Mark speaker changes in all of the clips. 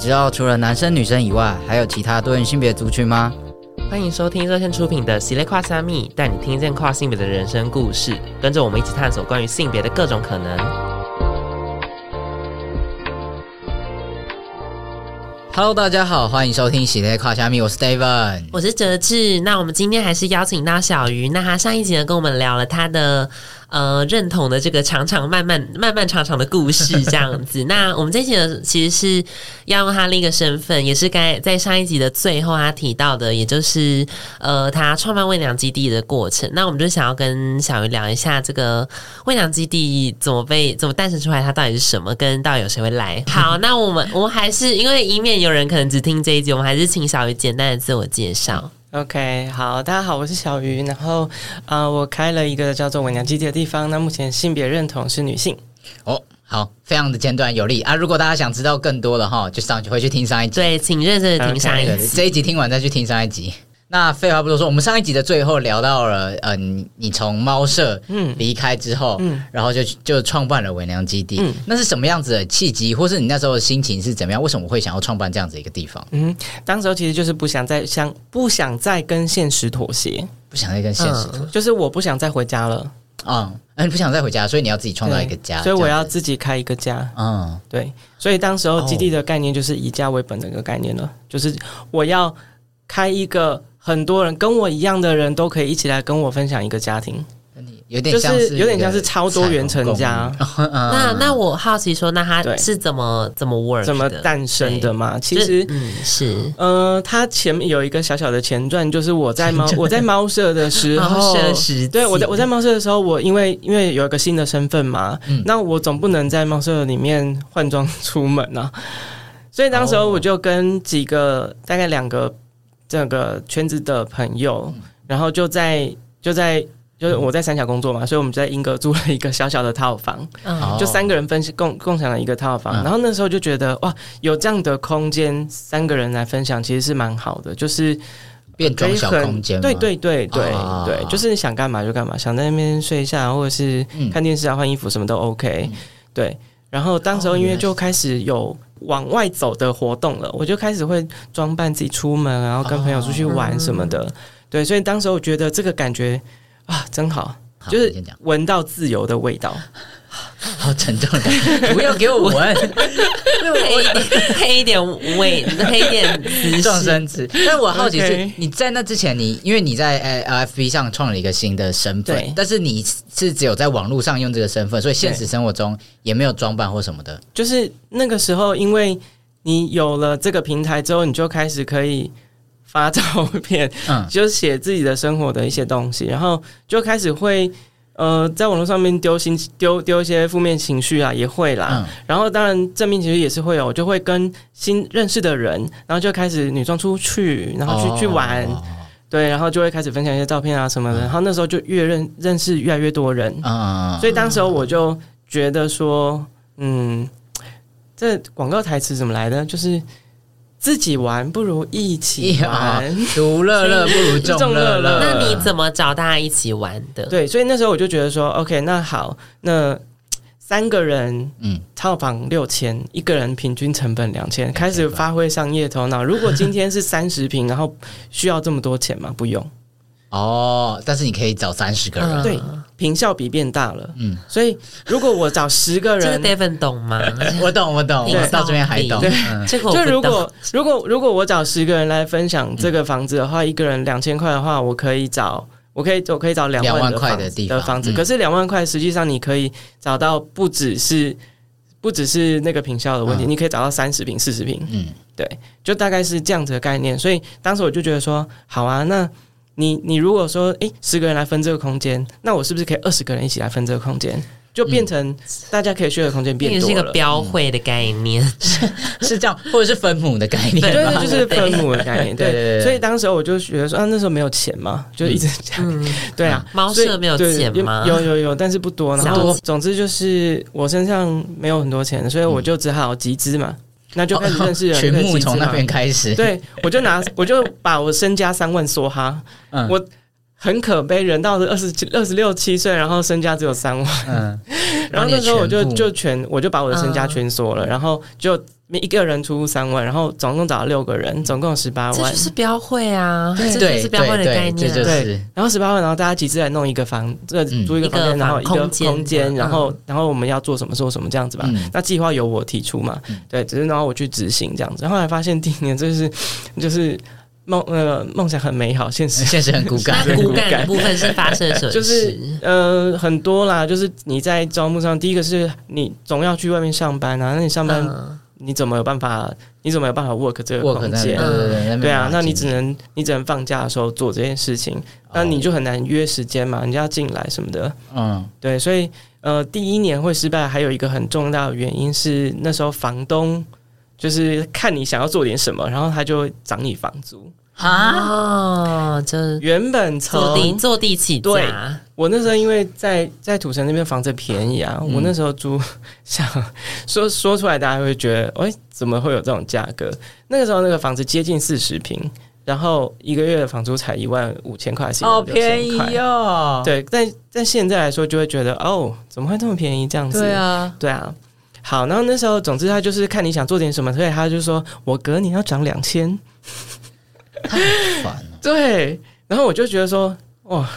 Speaker 1: 知道除了男生女生以外，还有其他多元性别族群吗？
Speaker 2: 欢迎收听热线出品的《喜类跨三密》，带你听见跨性别的人生故事，跟着我们一起探索关于性别的各种可能。
Speaker 1: Hello，大家好，欢迎收听《喜内跨虾米》，我是 David。
Speaker 2: 我是哲志，那我们今天还是邀请到小鱼，那他上一集呢跟我们聊了他的呃认同的这个长长漫漫漫漫长长的故事这样 子，那我们这一集呢其实是要用他另一个身份，也是该在上一集的最后他提到的，也就是呃他创办喂娘基地的过程，那我们就想要跟小鱼聊一下这个喂娘基地怎么被怎么诞生出来，它到底是什么，跟到底有谁会来。 好，那我们我们还是因为以免有人可能只听这一集，我们还是请小鱼简单的自我介
Speaker 3: 嗯
Speaker 2: 绍。
Speaker 3: OK，好，大家好，我是小鱼。然后，呃，我开了一个叫做伪娘基地的地方。那目前性别认同是女性。
Speaker 1: 哦，好，非常的简短有力啊！如果大家想知道更多的哈，就上去回去听上一集。
Speaker 2: 对，请认真的听上一
Speaker 1: 对，
Speaker 2: 集。
Speaker 1: 这一集听完再去听上一集。那废话不多说，我们上一集的最后聊到了，嗯、你你从猫舍
Speaker 3: 嗯
Speaker 1: 离开之后，
Speaker 3: 嗯
Speaker 1: 然后就就创办了伪娘基地。
Speaker 3: 嗯
Speaker 1: 那是什么样子的契机，或是你那时候的心情是怎么样？为什么会想要创办这样子一个地方？
Speaker 3: 嗯，当时候其实就是不想再想，不想再跟现实妥协，
Speaker 1: 不想再跟现实
Speaker 2: 嗯
Speaker 3: 就是我不想再回家了，
Speaker 1: 啊，嗯，嗯不想再回家，所以你要自己创造一个家，
Speaker 3: 对所以我
Speaker 1: 这样
Speaker 3: 要
Speaker 1: 子哦
Speaker 3: 自己开一个家。
Speaker 1: 嗯
Speaker 3: 对，所以当时候基地的概念就是以家为本的一个概念了，就是我要开一个很多人跟我一样的人都可以一起来跟我分享一个家庭，
Speaker 1: 有点
Speaker 3: 就
Speaker 1: 像
Speaker 3: 是有点像
Speaker 1: 一个
Speaker 3: 是超多元成家。
Speaker 1: 彩虹公寓。
Speaker 2: 那
Speaker 1: 那
Speaker 2: 那我好奇说，那他
Speaker 3: 对
Speaker 2: 是怎么怎么 work 的
Speaker 3: 嗯怎么诞生的嘛？其
Speaker 2: 就
Speaker 3: 实
Speaker 2: 嗯是。
Speaker 3: 呃，它前面有一个小小的前传，就是我在猫我在猫舍的时候
Speaker 2: 猫舍时期
Speaker 3: 对我在我在猫舍的时候，我因为因为有一个新的身份嘛，
Speaker 1: 嗯
Speaker 3: 那我总不能在猫舍里面换装出门啊，所以当时候我就跟几个、大概两个这个圈子的朋友，然后就在就在。就是我在三峡工作嘛，所以我们就在英格租了一个小小的套房，
Speaker 2: 嗯
Speaker 1: 好
Speaker 3: 就三个人分享共共享了一个套房，
Speaker 1: 哦嗯
Speaker 3: 然后那时候就觉得哇，有这样的空间，三个人来分享其实是蛮好的，就是
Speaker 1: 变
Speaker 3: 可
Speaker 1: 装
Speaker 3: 以
Speaker 1: 小
Speaker 3: 很
Speaker 1: 空间，
Speaker 3: 对，对对对
Speaker 1: 啊
Speaker 3: 对，就是你想干嘛就干嘛，想在那边睡一下，或者是
Speaker 1: 嗯
Speaker 3: 看电视啊、换衣服什么都 OK，、对。然后当时候因为就开始有往外走的活动
Speaker 1: 哦
Speaker 3: 了，我就开始会装扮自己出门，然后跟朋友出去玩什么的，
Speaker 1: 啊
Speaker 3: 对，所以当时候我觉得这个感觉啊，真好，
Speaker 1: 好
Speaker 3: 就是
Speaker 1: 你先讲
Speaker 3: 闻到自由的味道。
Speaker 1: 好沉重的感觉，不要给我 闻
Speaker 2: 黑一点，黑一点味，黑一 点姿
Speaker 1: 撞
Speaker 2: 势。
Speaker 1: 生词。但我好奇是
Speaker 3: OK，
Speaker 1: 你在那之前，你因为你在呃 LFB 上创了一个新的身份
Speaker 3: 对，
Speaker 1: 但是你是只有在网络上用这个身份，所以现实生活中也没有装扮或什么的。
Speaker 3: 就是那个时候，因为你有了这个平台之后，你就开始可以发照片，
Speaker 1: 嗯，
Speaker 3: 就写自己的生活的一些东西，然后就开始会呃，在网络上面丢心丢丢一些负面情绪啊，也会
Speaker 1: 嗯
Speaker 3: 啦。然后当然正面情绪也是会有，我就会跟新认识的人，然后就开始女装出去，然后去、去玩，
Speaker 1: 哦
Speaker 3: 对，然后就会开始分享一些照片啊什么的。然后那时候就越认认识越来越多人，
Speaker 1: 嗯，
Speaker 3: 所以当时候我就觉得说，嗯，这广告台词怎么来的？就是自己玩不如一起玩。
Speaker 1: 独乐乐不如众乐乐。
Speaker 2: 那你怎么找大家一起玩的？
Speaker 3: 对，所以那时候我就觉得说，OK，那好，那三个人
Speaker 1: 嗯
Speaker 3: 套房六千，一个人平均成本两千，开始发挥商业头脑。如果今天是三十平，然后需要这么多钱吗？不用，
Speaker 1: 哦？但是你可以找三十个人，
Speaker 2: 嗯
Speaker 3: 对，平效比变大了。
Speaker 1: 嗯，
Speaker 3: 所以如果我找十个
Speaker 2: 这个
Speaker 3: 人，
Speaker 2: David 懂 吗？
Speaker 1: 我懂，我懂，
Speaker 2: 对
Speaker 1: 我到这边还懂。
Speaker 2: 对
Speaker 1: 嗯
Speaker 2: 这个我
Speaker 3: 就
Speaker 2: 不
Speaker 3: 如
Speaker 2: 懂。
Speaker 3: 果如果如果我找十个人来分享这个房子的话，一个人两千块的话，我可以找我可以我可以找两
Speaker 1: 两万
Speaker 3: 的
Speaker 1: 块
Speaker 3: 房
Speaker 1: 的
Speaker 3: 子
Speaker 1: 地
Speaker 3: 的
Speaker 1: 方
Speaker 3: 房子，
Speaker 1: 嗯
Speaker 3: 可是两万块实际上你可以找到不只是不只是那个品效的问题，
Speaker 1: 嗯
Speaker 3: 你可以找到三十平、四十平，
Speaker 1: 嗯，
Speaker 3: 就大概是这样子的概念。所以当时我就觉得说，好啊，那。你你如果说诶十个人来分这个空间，那我是不是可以二十个人一起来分这个空间？就
Speaker 1: 嗯
Speaker 3: 变成大家可以 share 的空间
Speaker 2: 这
Speaker 3: 变
Speaker 2: 个
Speaker 3: 多
Speaker 2: 是一
Speaker 3: 了。
Speaker 2: 个标会的概念，
Speaker 1: 是这样，或者是分母的概念
Speaker 3: 对
Speaker 1: 吧。
Speaker 3: 对，就是分母的概念。
Speaker 1: 对
Speaker 3: 对
Speaker 1: 对对
Speaker 3: 所以当时我就觉得说，啊，那时候没有钱嘛，就一直这样。
Speaker 2: 嗯，
Speaker 3: 对啊，
Speaker 2: 猫
Speaker 3: 所以
Speaker 2: 舍没有
Speaker 3: 对
Speaker 2: 钱吗？
Speaker 3: 有有有，但是不多。然
Speaker 2: 不
Speaker 3: 后
Speaker 2: 多
Speaker 3: 总之就是我身上没有很多钱，所以我就只好集资嘛。那就开始 认识人，
Speaker 1: 群
Speaker 3: 可以集
Speaker 1: 募
Speaker 3: 资
Speaker 1: 哦从那
Speaker 3: 嘛
Speaker 1: 边。开始。，
Speaker 3: 对，我就拿，我就把我身家三万梭哈，
Speaker 1: 嗯
Speaker 3: 我很可悲，人到二十二十六七岁，然后身家只有三万。
Speaker 1: 嗯，
Speaker 3: 然后那时候我就就全，我就把我的身家全缩了，然后就一个人出三万，然后总共找了六个人，总共十八
Speaker 2: 这
Speaker 3: 万
Speaker 2: 就，是标会啊，
Speaker 1: 对
Speaker 2: 这就是标会的
Speaker 1: 对对
Speaker 2: 概念啊，
Speaker 1: 这就是
Speaker 3: 然后十八万，然后大家集资来弄一个房，这
Speaker 1: 嗯
Speaker 3: 租一个房间，
Speaker 2: 一个
Speaker 3: 然后一
Speaker 2: 房
Speaker 3: 个
Speaker 2: 空间
Speaker 3: 空
Speaker 2: 嗯
Speaker 3: 间，然后然后我们要做什么做什么这样子吧
Speaker 1: 嗯。
Speaker 3: 那计划由我提出嘛
Speaker 1: 嗯，
Speaker 3: 对，只是然后我去执行这样子。后来发现第一年就是就是梦呃梦想很美好，现实
Speaker 1: 现实很骨感
Speaker 2: 那。骨
Speaker 3: 骨
Speaker 2: 感的
Speaker 3: 感
Speaker 2: 部分是发生了什么事？
Speaker 3: 就是呃很多啦，就是你在招募上，第一个是你总要去外面上班啊，那你上班
Speaker 2: 嗯
Speaker 3: 你怎么有办法？你怎么有办法 work 这个
Speaker 1: 我可
Speaker 3: 空
Speaker 1: 能
Speaker 3: 间
Speaker 1: 对？对对，
Speaker 3: 对啊，那你只
Speaker 1: 只
Speaker 3: 能你只能放假的时候做这件事情，那你就很难约时间嘛，人家要进来什么的。
Speaker 1: 嗯
Speaker 3: 对，所以呃，第一年会失败，还有一个很重大的原因是那时候房东就是看你想要做点什么，然后他就会涨你房租。
Speaker 1: 啊，
Speaker 2: 哦，这
Speaker 3: 原本
Speaker 2: 坐地
Speaker 3: 从
Speaker 2: 坐地起
Speaker 3: 对
Speaker 2: 价，
Speaker 3: 我那时候因为在在土城那边房子便宜啊，
Speaker 1: 嗯
Speaker 3: 我那时候租 想说说出来，大家会觉得哎、怎么会有这种价格？那个时候那个房子接近四十平，然后一个月的房租才一万五千块，还是
Speaker 1: 好
Speaker 3: 16,000块
Speaker 1: 便宜哦。
Speaker 3: 对，但但现在来说，就会觉得哦，怎么会这么便宜这样子？
Speaker 1: 对啊，
Speaker 3: 对啊。好，然后那时候，总之他就是看你想做点什么，所以他就说我隔年要涨两千。
Speaker 1: 烦哦了。
Speaker 3: 对，然后我就觉得说，哇，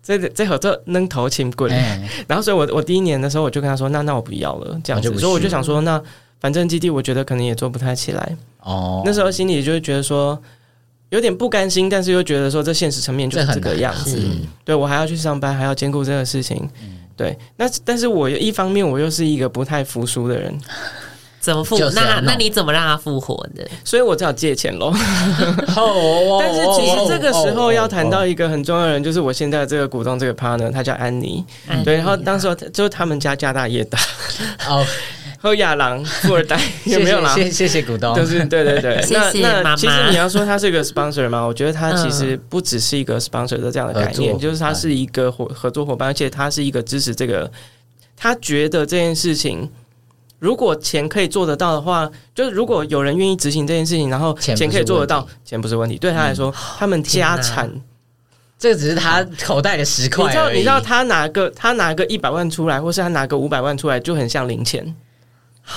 Speaker 3: 这这合这扔头轻棍。
Speaker 1: 哎，
Speaker 3: 然后所以我我第一年的时候，我就跟他说，那那我不要了，这样
Speaker 1: 我就
Speaker 3: 子。
Speaker 1: 不
Speaker 3: 所以我就
Speaker 1: 去
Speaker 3: 想说，那反正基地我觉得可能也做不太起来。
Speaker 1: 哦，
Speaker 3: 那时候心里就会觉得说，有点不甘心，但是又觉得说这现实层面就
Speaker 1: 这
Speaker 3: 是
Speaker 1: 很
Speaker 3: 这个
Speaker 1: 难
Speaker 3: 样
Speaker 1: 啊
Speaker 3: 子。
Speaker 1: 嗯
Speaker 3: 对我还要去上班，还要兼顾这个事情。对，那但是我一方面我又是一个不太服输的人，
Speaker 2: 怎么复
Speaker 1: 就？是要
Speaker 2: 那
Speaker 1: 弄
Speaker 2: 那你怎么让它复活的？
Speaker 3: 所以我只好借钱喽。
Speaker 1: 哦
Speaker 3: 但是其实这个时候要谈到一个很重要的人，就是我现在的这个股东这个 partner，他叫安妮。
Speaker 2: 安妮
Speaker 3: 嗯对，然后当时候他就是他们家家大业大，
Speaker 1: 哦，
Speaker 3: 和亚郎富 二代
Speaker 1: 谢
Speaker 3: 有没有
Speaker 1: 谢
Speaker 3: 啦？
Speaker 1: 谢谢谢股东，
Speaker 3: 就是对对 对，
Speaker 2: 谢谢妈
Speaker 3: 那
Speaker 2: 妈
Speaker 3: 那其实你要说他是一个 sponsor 嘛，我觉得他
Speaker 2: 嗯
Speaker 3: 其实不只是一个 sponsor 的这样的概
Speaker 1: 合作伙
Speaker 3: 念，
Speaker 1: 伴
Speaker 3: 就是他是一个伙合作伙伴，而且他是一个支持这个，他觉得这件事情。如果钱可以做得到的话，就是如果有人愿意执行这件事情，然后
Speaker 1: 钱不是
Speaker 3: 钱可以做得到
Speaker 1: 问，嗯
Speaker 3: 钱不是问题。对他来说，他们家产，
Speaker 1: 这只是他口袋的十
Speaker 3: 你
Speaker 1: 块
Speaker 3: 知道，
Speaker 1: 而已，
Speaker 3: 你知道他拿个他拿个一百万出来，或是他拿个五百万出来，就很像零钱，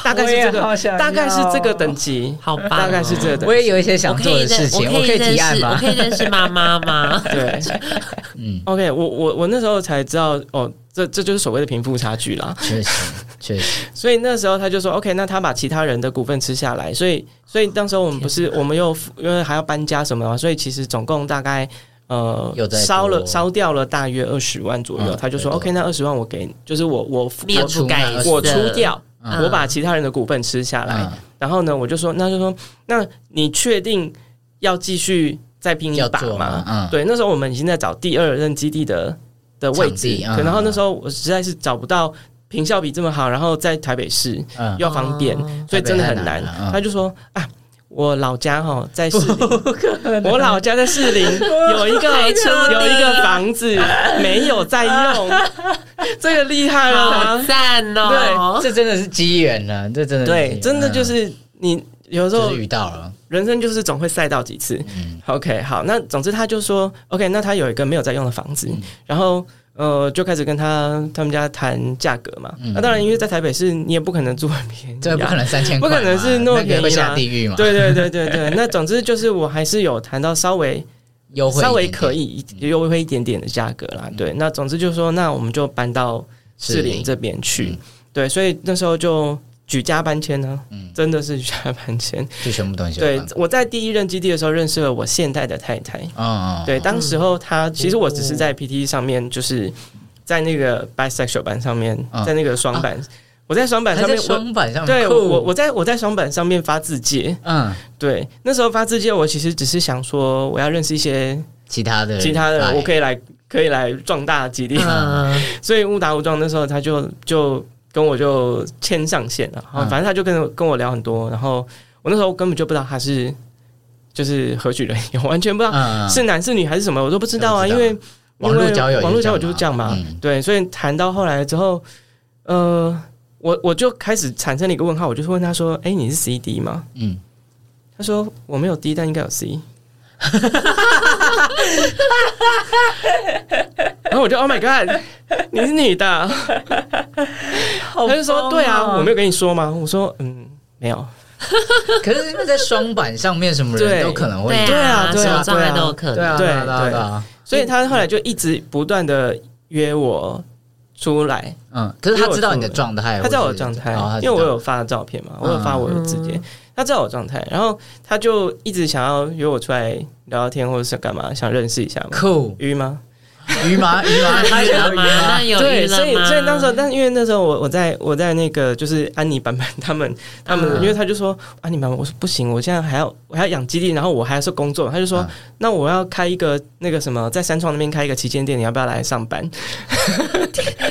Speaker 3: 大概是这
Speaker 1: 我也好
Speaker 3: 个，
Speaker 1: 想要
Speaker 3: 大概是这个等级，
Speaker 2: 好棒哦
Speaker 3: 大概是这个等
Speaker 1: 我
Speaker 3: 级。
Speaker 1: 也有一些想
Speaker 2: 我
Speaker 1: 做
Speaker 2: 可以
Speaker 1: 的事
Speaker 2: 认，
Speaker 1: 情，
Speaker 2: 我
Speaker 1: 可以
Speaker 2: 认
Speaker 1: 提案
Speaker 2: 识，我
Speaker 1: 吗
Speaker 2: 可？以认识妈妈 吗？
Speaker 3: 对，
Speaker 1: 嗯，
Speaker 3: OK，我我我那时候才知道，哦，这这就是所谓的贫富差距啦。
Speaker 1: 确实确实，
Speaker 3: 所以那时候他就说，OK，那他把其他人的股份吃下来，所以所以当时候我们不是我们又因为还要搬家什么的嘛，所以其实总共大概呃
Speaker 1: 有在多
Speaker 3: 烧了烧掉了大约二十万左右。
Speaker 1: 嗯
Speaker 3: 他就说
Speaker 1: 对对
Speaker 3: ，OK，那二十万我给你，就是我我
Speaker 2: 面
Speaker 1: 出
Speaker 2: 不改
Speaker 1: 卖
Speaker 2: 色，
Speaker 3: 我我出掉，
Speaker 1: 嗯
Speaker 3: 我把其他人的股份吃下来。
Speaker 1: 嗯
Speaker 3: 然后呢，我就说，那就说，那你确定要继续再拼一
Speaker 1: 要
Speaker 3: 把
Speaker 1: 做
Speaker 3: 吗
Speaker 1: 吗？嗯
Speaker 3: 对，那时候我们已经在找第二任基地的的位
Speaker 1: 场
Speaker 3: 置
Speaker 1: 地，嗯
Speaker 3: 对然后那时候我实在是找不到坪效比这么好，然后在台北市
Speaker 1: 嗯，
Speaker 3: 又方便，
Speaker 2: 哦
Speaker 3: 所以真的很难
Speaker 1: 台北太难了。嗯
Speaker 3: 他就说啊。我老家哈在士林，我老家在 士林有一个
Speaker 2: 太扯了
Speaker 3: 有一个房子没有 在用，这个厉害了啊吧
Speaker 2: 好？赞哦！
Speaker 1: 这真的是机缘了，这真的是机
Speaker 3: 对，
Speaker 1: 缘
Speaker 3: 真的就
Speaker 1: 嗯
Speaker 3: 是你有时候
Speaker 1: 就是遇到了，
Speaker 3: 人生就是总会赛到几次。
Speaker 1: 嗯
Speaker 3: OK，好，那总之他就说 OK，那他有一个没有在用的房子，
Speaker 1: 嗯
Speaker 3: 然后呃就开始跟他他们家谈价格嘛。那、
Speaker 1: 嗯
Speaker 3: 当然，因为在台北市你也不可能住很便宜、
Speaker 1: 这不可
Speaker 3: 啊。
Speaker 1: 能三千，
Speaker 3: 不可能是那
Speaker 1: 那
Speaker 3: 么
Speaker 1: 个
Speaker 3: 便宜
Speaker 1: 会下
Speaker 3: 啦
Speaker 1: 地狱嘛？，
Speaker 3: 对对对对对，那总之就是我还是有谈到稍 微
Speaker 1: 优惠
Speaker 3: 稍微
Speaker 1: 一点嗯
Speaker 3: 可
Speaker 1: 点，
Speaker 3: 以优惠一点点的价格啦。对，那总之就是说，那我们就搬到士林这边去
Speaker 1: 嗯。
Speaker 3: 对，所以那时候就举家搬迁呢、
Speaker 1: 嗯，
Speaker 3: 真的是举家搬迁。
Speaker 1: 就全部东西都哦
Speaker 3: 对
Speaker 1: 搬，
Speaker 3: 我在第一任基地的时候认识了我现代的太太。
Speaker 1: 嗯，嗯
Speaker 3: 对，
Speaker 1: 嗯
Speaker 3: 当时候她其实我
Speaker 1: 哦
Speaker 3: 只是在 PT 上面，就是在那个 bisexual 版上面，
Speaker 1: 嗯
Speaker 3: 在那个双版，我在双版
Speaker 1: 还
Speaker 3: 上
Speaker 1: 在
Speaker 3: 面，我
Speaker 1: 双板上，
Speaker 3: 对
Speaker 1: 酷
Speaker 3: 我我我在我在双版上面发自介。
Speaker 1: 嗯，
Speaker 3: 对，那时候发自介，我其实只是想说，我要认识一些
Speaker 1: 其他的
Speaker 3: 其他的，我可
Speaker 1: 以
Speaker 3: 以来可以来壮大基地。
Speaker 2: 嗯，
Speaker 3: 所以误打误撞，那时候他就就跟我就牵上线了，然后
Speaker 1: 嗯
Speaker 3: 反正他就跟我跟我聊很多，然后我那时候根本就不知道他是就是何许人也，完全不知道
Speaker 1: 嗯
Speaker 3: 是男是女还是什么，我都不知道啊，
Speaker 1: 我知
Speaker 3: 因
Speaker 1: 道
Speaker 3: 为
Speaker 1: 网络交友也
Speaker 3: 因为
Speaker 1: 是
Speaker 3: 网络交友
Speaker 1: 这
Speaker 3: 就
Speaker 1: 样嘛
Speaker 3: 是这样嘛，
Speaker 1: 嗯
Speaker 3: 对，所以谈到后来之后，呃，我我就开始产生了一个问号，我就问他说：“哎、你是 CD 吗
Speaker 1: 嗯，？”
Speaker 3: 他说：“我没有 D，但应该有 C。” 然后我就 Oh my God，你是女的？啊
Speaker 2: 啊
Speaker 3: 他就说：“对啊，我没有跟你说吗？”我说：“嗯，没有。”
Speaker 1: 可是因为在双板上面，什么人
Speaker 3: 对
Speaker 1: 都可能会
Speaker 2: 对
Speaker 3: 对啊
Speaker 2: 啊，
Speaker 3: 对啊
Speaker 2: 什么状态
Speaker 3: 对啊
Speaker 2: 都有可
Speaker 1: 对
Speaker 2: 能。
Speaker 1: 啊，对啊，对啊，
Speaker 3: 对
Speaker 1: 对啊，
Speaker 3: 所以他后来就一直不断的约我出来，
Speaker 1: 嗯，可是他知道你的状态，
Speaker 3: 他知道我
Speaker 1: 或
Speaker 3: 的
Speaker 1: 者是
Speaker 3: 状态
Speaker 1: 哦他，知
Speaker 3: 因为
Speaker 1: 道嗯
Speaker 3: 我有发照片嘛，我有发我的直接，他知道我的状态，然后他就一直想要约我出来聊聊天或者是干嘛，想认识一下嘛。
Speaker 1: 酷
Speaker 3: 鱼吗？
Speaker 1: 鱼麻鱼 麻，他
Speaker 2: 有
Speaker 1: 想要
Speaker 2: 了
Speaker 1: 鱼
Speaker 2: 吗？
Speaker 1: 麻
Speaker 2: 那，有
Speaker 3: 对，
Speaker 2: 遇
Speaker 3: 所以
Speaker 2: 了吗？
Speaker 3: 所以那时候，但因为那时候我我在我在那个就是安妮板板他们他们，
Speaker 2: 嗯
Speaker 3: 因为他就说安妮板板，我说不行，我现在还要我还要养基地，然后我还要是工作，他就说、
Speaker 1: 嗯
Speaker 3: 那我要开一个那个什么，在三创那边开一个旗舰店，你要不要来上班？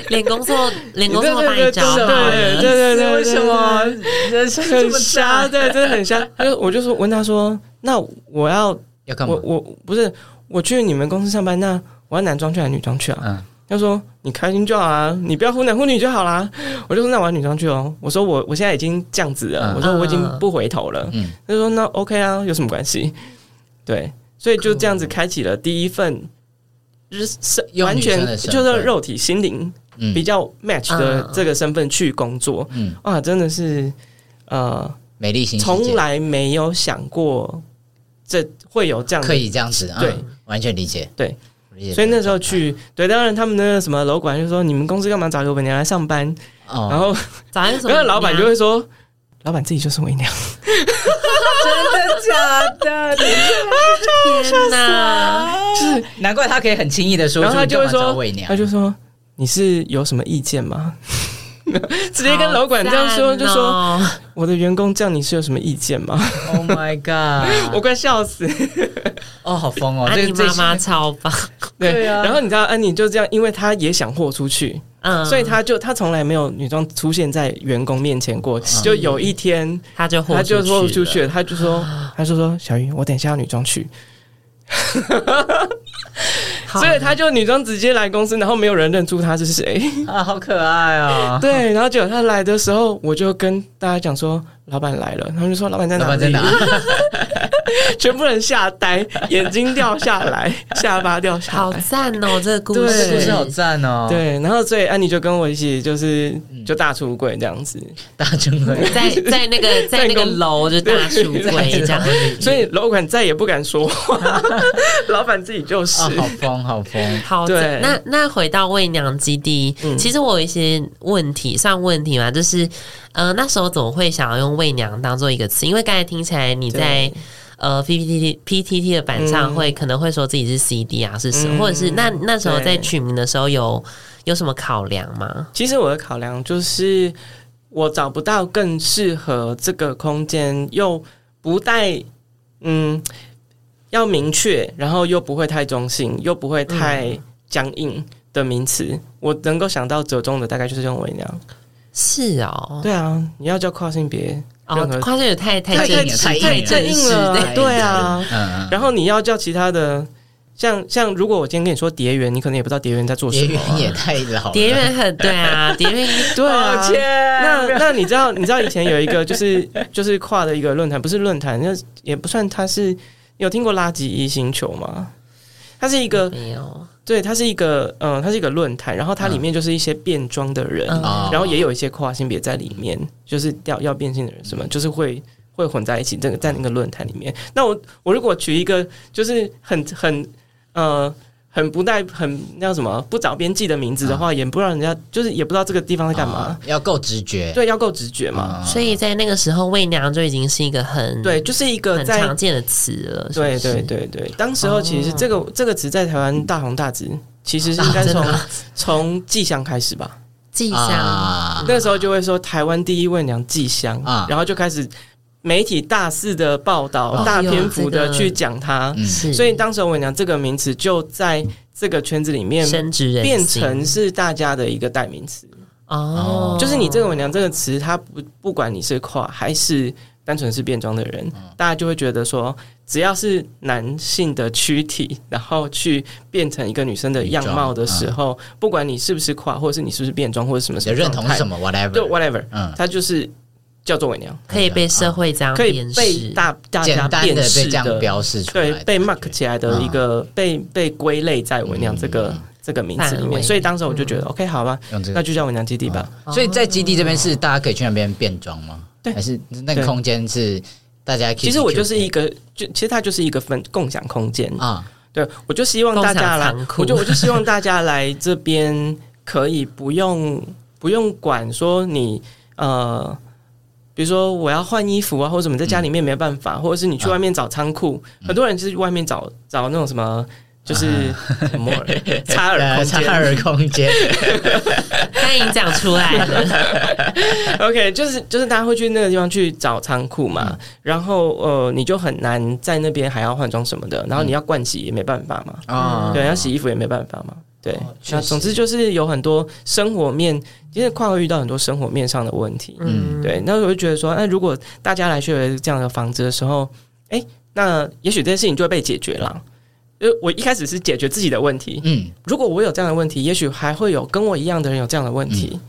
Speaker 2: 连工 作连工
Speaker 3: 对
Speaker 2: 作都啊帮哎
Speaker 3: 对
Speaker 2: 你
Speaker 3: 对
Speaker 2: 找好
Speaker 3: 对对
Speaker 2: 了，
Speaker 3: 对对，
Speaker 1: 为什么人生这
Speaker 3: 很
Speaker 1: 么
Speaker 3: 瞎，
Speaker 1: 渣？
Speaker 3: 对，真的很瞎。他就我就说问他说，那我要
Speaker 1: 要干嘛
Speaker 3: 我？我不是我去你们公司上班，那我要男装去还是女装去啊？
Speaker 1: 嗯，
Speaker 3: 他说你开心就好啊，你不要忽男忽女就好啦。我就说那我要女装去哦。我说我我现在已经这样子了，
Speaker 1: 嗯
Speaker 3: 我说我已经
Speaker 2: 嗯
Speaker 3: 不回头了。
Speaker 1: 嗯
Speaker 3: 他就说那 OK 啊，有什么关系？对，所以就这样子开启了第一份。就是是
Speaker 1: 用
Speaker 3: 完
Speaker 1: 女
Speaker 3: 全
Speaker 1: 生的身份
Speaker 3: 就是肉体心灵比
Speaker 1: 嗯
Speaker 3: 较 match 的
Speaker 2: 嗯
Speaker 3: 这个身份去工作，
Speaker 1: 嗯，
Speaker 3: 啊，真的是呃，
Speaker 1: 美丽新世界
Speaker 3: 从来没有想过这会有这样
Speaker 1: 可
Speaker 3: 的。
Speaker 1: 以这样子，嗯
Speaker 3: 对，
Speaker 1: 完全理解，
Speaker 3: 对
Speaker 1: 理解。
Speaker 3: 所以那时候去，对，当然他们那个什么楼管就说你们公司干嘛找个伪娘来上班？
Speaker 1: 哦，
Speaker 3: 然后
Speaker 2: 找一个什么
Speaker 3: 然后老板就
Speaker 2: 娘
Speaker 3: 会说，老板自己就是伪娘。
Speaker 1: 真的假的？
Speaker 2: 天 哪，
Speaker 3: 啊
Speaker 1: 难怪他可以很轻易的说
Speaker 3: 然后
Speaker 1: 出
Speaker 3: 他就会
Speaker 1: 你干嘛找
Speaker 3: 说
Speaker 1: 伪，娘
Speaker 2: 啊
Speaker 3: 他，就说你是有什么意见吗？ 直接跟楼管这样说，就说
Speaker 2: 好赞哦
Speaker 3: 我的员工这样你是有什么意见吗？
Speaker 1: Oh my
Speaker 3: 我啊
Speaker 1: god！
Speaker 3: 快笑死。
Speaker 1: 哦，好疯哦，
Speaker 2: 安
Speaker 1: 这
Speaker 2: 妮
Speaker 1: 个这
Speaker 2: 啊妈妈
Speaker 1: 些
Speaker 2: 超 棒，
Speaker 1: 对
Speaker 3: 对，
Speaker 1: 啊
Speaker 3: 然后你知道安妮就这样，因为她也想豁出去，
Speaker 2: 嗯，
Speaker 3: 所以他就他从来没有女装出现在员工面前
Speaker 2: 嗯
Speaker 3: 过。就有一天，
Speaker 2: 他就豁
Speaker 3: 他就说出
Speaker 2: 了
Speaker 3: 去，他就说，他就说小鱼，我等一下要女装去，
Speaker 2: 好
Speaker 3: 所以他就女装直接来公司，然后没有人认出他是谁。
Speaker 1: 啊，好可爱哦。
Speaker 3: 对，然后结果他来的时候，我就跟大家讲说，老板来了，他们就说老板在
Speaker 1: 老
Speaker 3: 哪
Speaker 1: 板在
Speaker 3: 里
Speaker 1: 哪？？
Speaker 3: 全部人吓呆，眼睛掉下来，下巴 掉下
Speaker 2: 好
Speaker 3: 来。
Speaker 2: 赞哦，这个故
Speaker 3: 对
Speaker 1: 是
Speaker 2: 事
Speaker 1: 不是好赞哦？，
Speaker 3: 对，然后所以安妮就跟我一起，就是
Speaker 1: 嗯
Speaker 3: 就大出柜这样子，
Speaker 1: 大真会。
Speaker 2: 在在那个在那个楼就大书柜这样，
Speaker 3: 所以楼管再也不敢说话， 老板自己就是。
Speaker 1: 啊，好疯，好疯！
Speaker 2: 好，
Speaker 3: 对
Speaker 2: 那那回到喂娘基地，其实我有一些问题，算问题嘛，就是呃，那时候怎么会想要用喂娘当做一个词？因为刚才听起来你在
Speaker 3: 对。
Speaker 2: 呃，PPT PTT 的版上
Speaker 3: 嗯
Speaker 2: 会、可能会说自己是 CD 啊，是什么，
Speaker 3: 嗯
Speaker 2: 或者是那那时候在
Speaker 3: 对
Speaker 2: 取名的时候有有什么考量吗？
Speaker 3: 其实我的考量就是，我找不到更适合这个空间，又不带嗯，要明确，然后又不会太中性，又不会太僵硬的名词。我能够想到折中的大概就是用伪娘。
Speaker 2: 是哦，
Speaker 3: 对啊，你要叫跨性
Speaker 1: 嗯
Speaker 3: 别，
Speaker 2: 哦
Speaker 3: 任何，
Speaker 2: 跨性也太太
Speaker 1: 太
Speaker 2: 正
Speaker 1: 硬了
Speaker 2: 太
Speaker 1: 太
Speaker 3: 太
Speaker 2: 正
Speaker 3: 硬
Speaker 2: 式
Speaker 3: 了，对啊。
Speaker 1: 哎嗯，
Speaker 3: 然
Speaker 1: 后
Speaker 3: 后你要叫其他的，像像如果我今天跟你说蝶园，你可能也不知道蝶园在做什
Speaker 1: 蝶
Speaker 3: 么啊、
Speaker 1: 园也哦太老 了，
Speaker 2: 蝶园很对啊，蝶园
Speaker 3: 对啊，
Speaker 1: 抱歉
Speaker 3: 那那你知道你知道以前有一个就是 就是跨的一个论坛，不是论坛，那也不算它是。你有听过垃圾一星球吗？它是一个，
Speaker 2: 没有，
Speaker 3: 对，它是一个，嗯，它是一个论坛，然后它里面就是一些变装的人，
Speaker 2: 嗯
Speaker 1: 哦
Speaker 3: 然后也有一些跨性别在里面，就是要要变性的人什么，就是会会混在一起，这个在那个论坛里面。那我我如果取一个就是很很呃很不带很那叫什么不着边际的名字的话，也不让人家就是也不知道这个地方在干嘛。
Speaker 1: 啊？要够直觉，
Speaker 3: 对，要够直觉嘛。
Speaker 1: 啊，
Speaker 2: 所以在那个时候，媚娘就已经是一个
Speaker 1: 嗯
Speaker 2: 很
Speaker 3: 对，就是一个
Speaker 2: 很常
Speaker 3: 在
Speaker 2: 见的词了。是不
Speaker 3: 对
Speaker 2: 是哦
Speaker 3: 对，对对，当时候其实这个、这个词在台湾大红大紫，其实是应该
Speaker 2: 啊真
Speaker 3: 从
Speaker 2: 的
Speaker 3: 从季香开始吧。
Speaker 2: 记上
Speaker 1: 啊
Speaker 3: 那时候就会说台湾第一问娘季香
Speaker 1: 啊
Speaker 3: 然后就开始媒体大肆的报道，
Speaker 1: 哦
Speaker 3: 大篇幅
Speaker 2: 哎有这
Speaker 3: 的
Speaker 2: 个
Speaker 3: 去讲它。
Speaker 1: 嗯
Speaker 2: 是，
Speaker 3: 所以当时候伪娘这个名词就在这个圈子里面
Speaker 2: 深植人
Speaker 3: 变
Speaker 2: 心
Speaker 3: 成是大家的一个代名词。
Speaker 2: 哦，
Speaker 3: 就是你这个“伪娘”这个词，它不不管你是跨还是单纯是变装的人，大家就会觉得说，只要是男性的躯体，然后去变成一个女生的样貌的时候，不管你是不是跨，或者是你是不是变装，或者什么
Speaker 1: 你
Speaker 3: 什
Speaker 1: 的
Speaker 3: 么
Speaker 1: 认同是什
Speaker 3: 么，
Speaker 1: 么？Whatever，
Speaker 3: 就 whatever，
Speaker 1: 嗯，
Speaker 3: 它就是叫做伪娘，
Speaker 2: 可以被社会这样
Speaker 3: 可以
Speaker 2: 辨
Speaker 3: 被
Speaker 2: 识，
Speaker 3: 大大
Speaker 1: 简
Speaker 3: 家
Speaker 1: 单
Speaker 3: 辨
Speaker 1: 的被
Speaker 3: 识
Speaker 1: 这样
Speaker 3: 的。
Speaker 1: 标示出来
Speaker 3: 对
Speaker 1: 的，，
Speaker 3: 被 mark 起来的一个被被归类在伪娘
Speaker 1: 嗯
Speaker 3: 这个这个名字里
Speaker 2: 范围
Speaker 3: 面，所以当时我就觉得，OK，好吧，
Speaker 1: 用这
Speaker 3: 那
Speaker 1: 个。
Speaker 2: 哦
Speaker 3: 就叫伪娘基地吧。
Speaker 1: 所以在基地这边是大家可以去那边变装吗？
Speaker 3: 对
Speaker 1: 还是那个
Speaker 3: 对
Speaker 1: 空间是大家 keep-
Speaker 3: 其实我就是一个，就其实它就是一个分共享空间。
Speaker 1: 啊，
Speaker 3: 对，我就希望大家来
Speaker 2: 共享仓，库
Speaker 3: 我就我就希望大家来这边可以不用不用管说你呃，比如说我要换衣服啊，或者什么，在家里面没办法，或者是你去外面找仓库，很多人就是去外面找找那种什么。就是什么插耳空
Speaker 1: 呃
Speaker 3: 间，
Speaker 1: 插耳空 间，
Speaker 2: 欢迎讲出来了，
Speaker 3: OK，就是就是大家会去那个地方去找仓库嘛，然后呃，你就很难在那边还要换装什么的，然后你要盥洗也没办法嘛，
Speaker 1: 啊，
Speaker 3: 对，要洗衣服也没办法嘛，对。
Speaker 1: 哦确
Speaker 3: 那
Speaker 1: 实
Speaker 3: 总之就是有很多生活面，因为跨会遇到很多生活面上的问题，
Speaker 1: 嗯
Speaker 2: 嗯，
Speaker 3: 对。那我就觉得说，那如果大家来学这样的房子的时候，哎、那也许这件事情就会被解决了。因为我一开始是解决自己的问题，
Speaker 1: 嗯，
Speaker 3: 如果我有这样的问题，也许还会有跟我一样的人有这样的问题。
Speaker 1: 嗯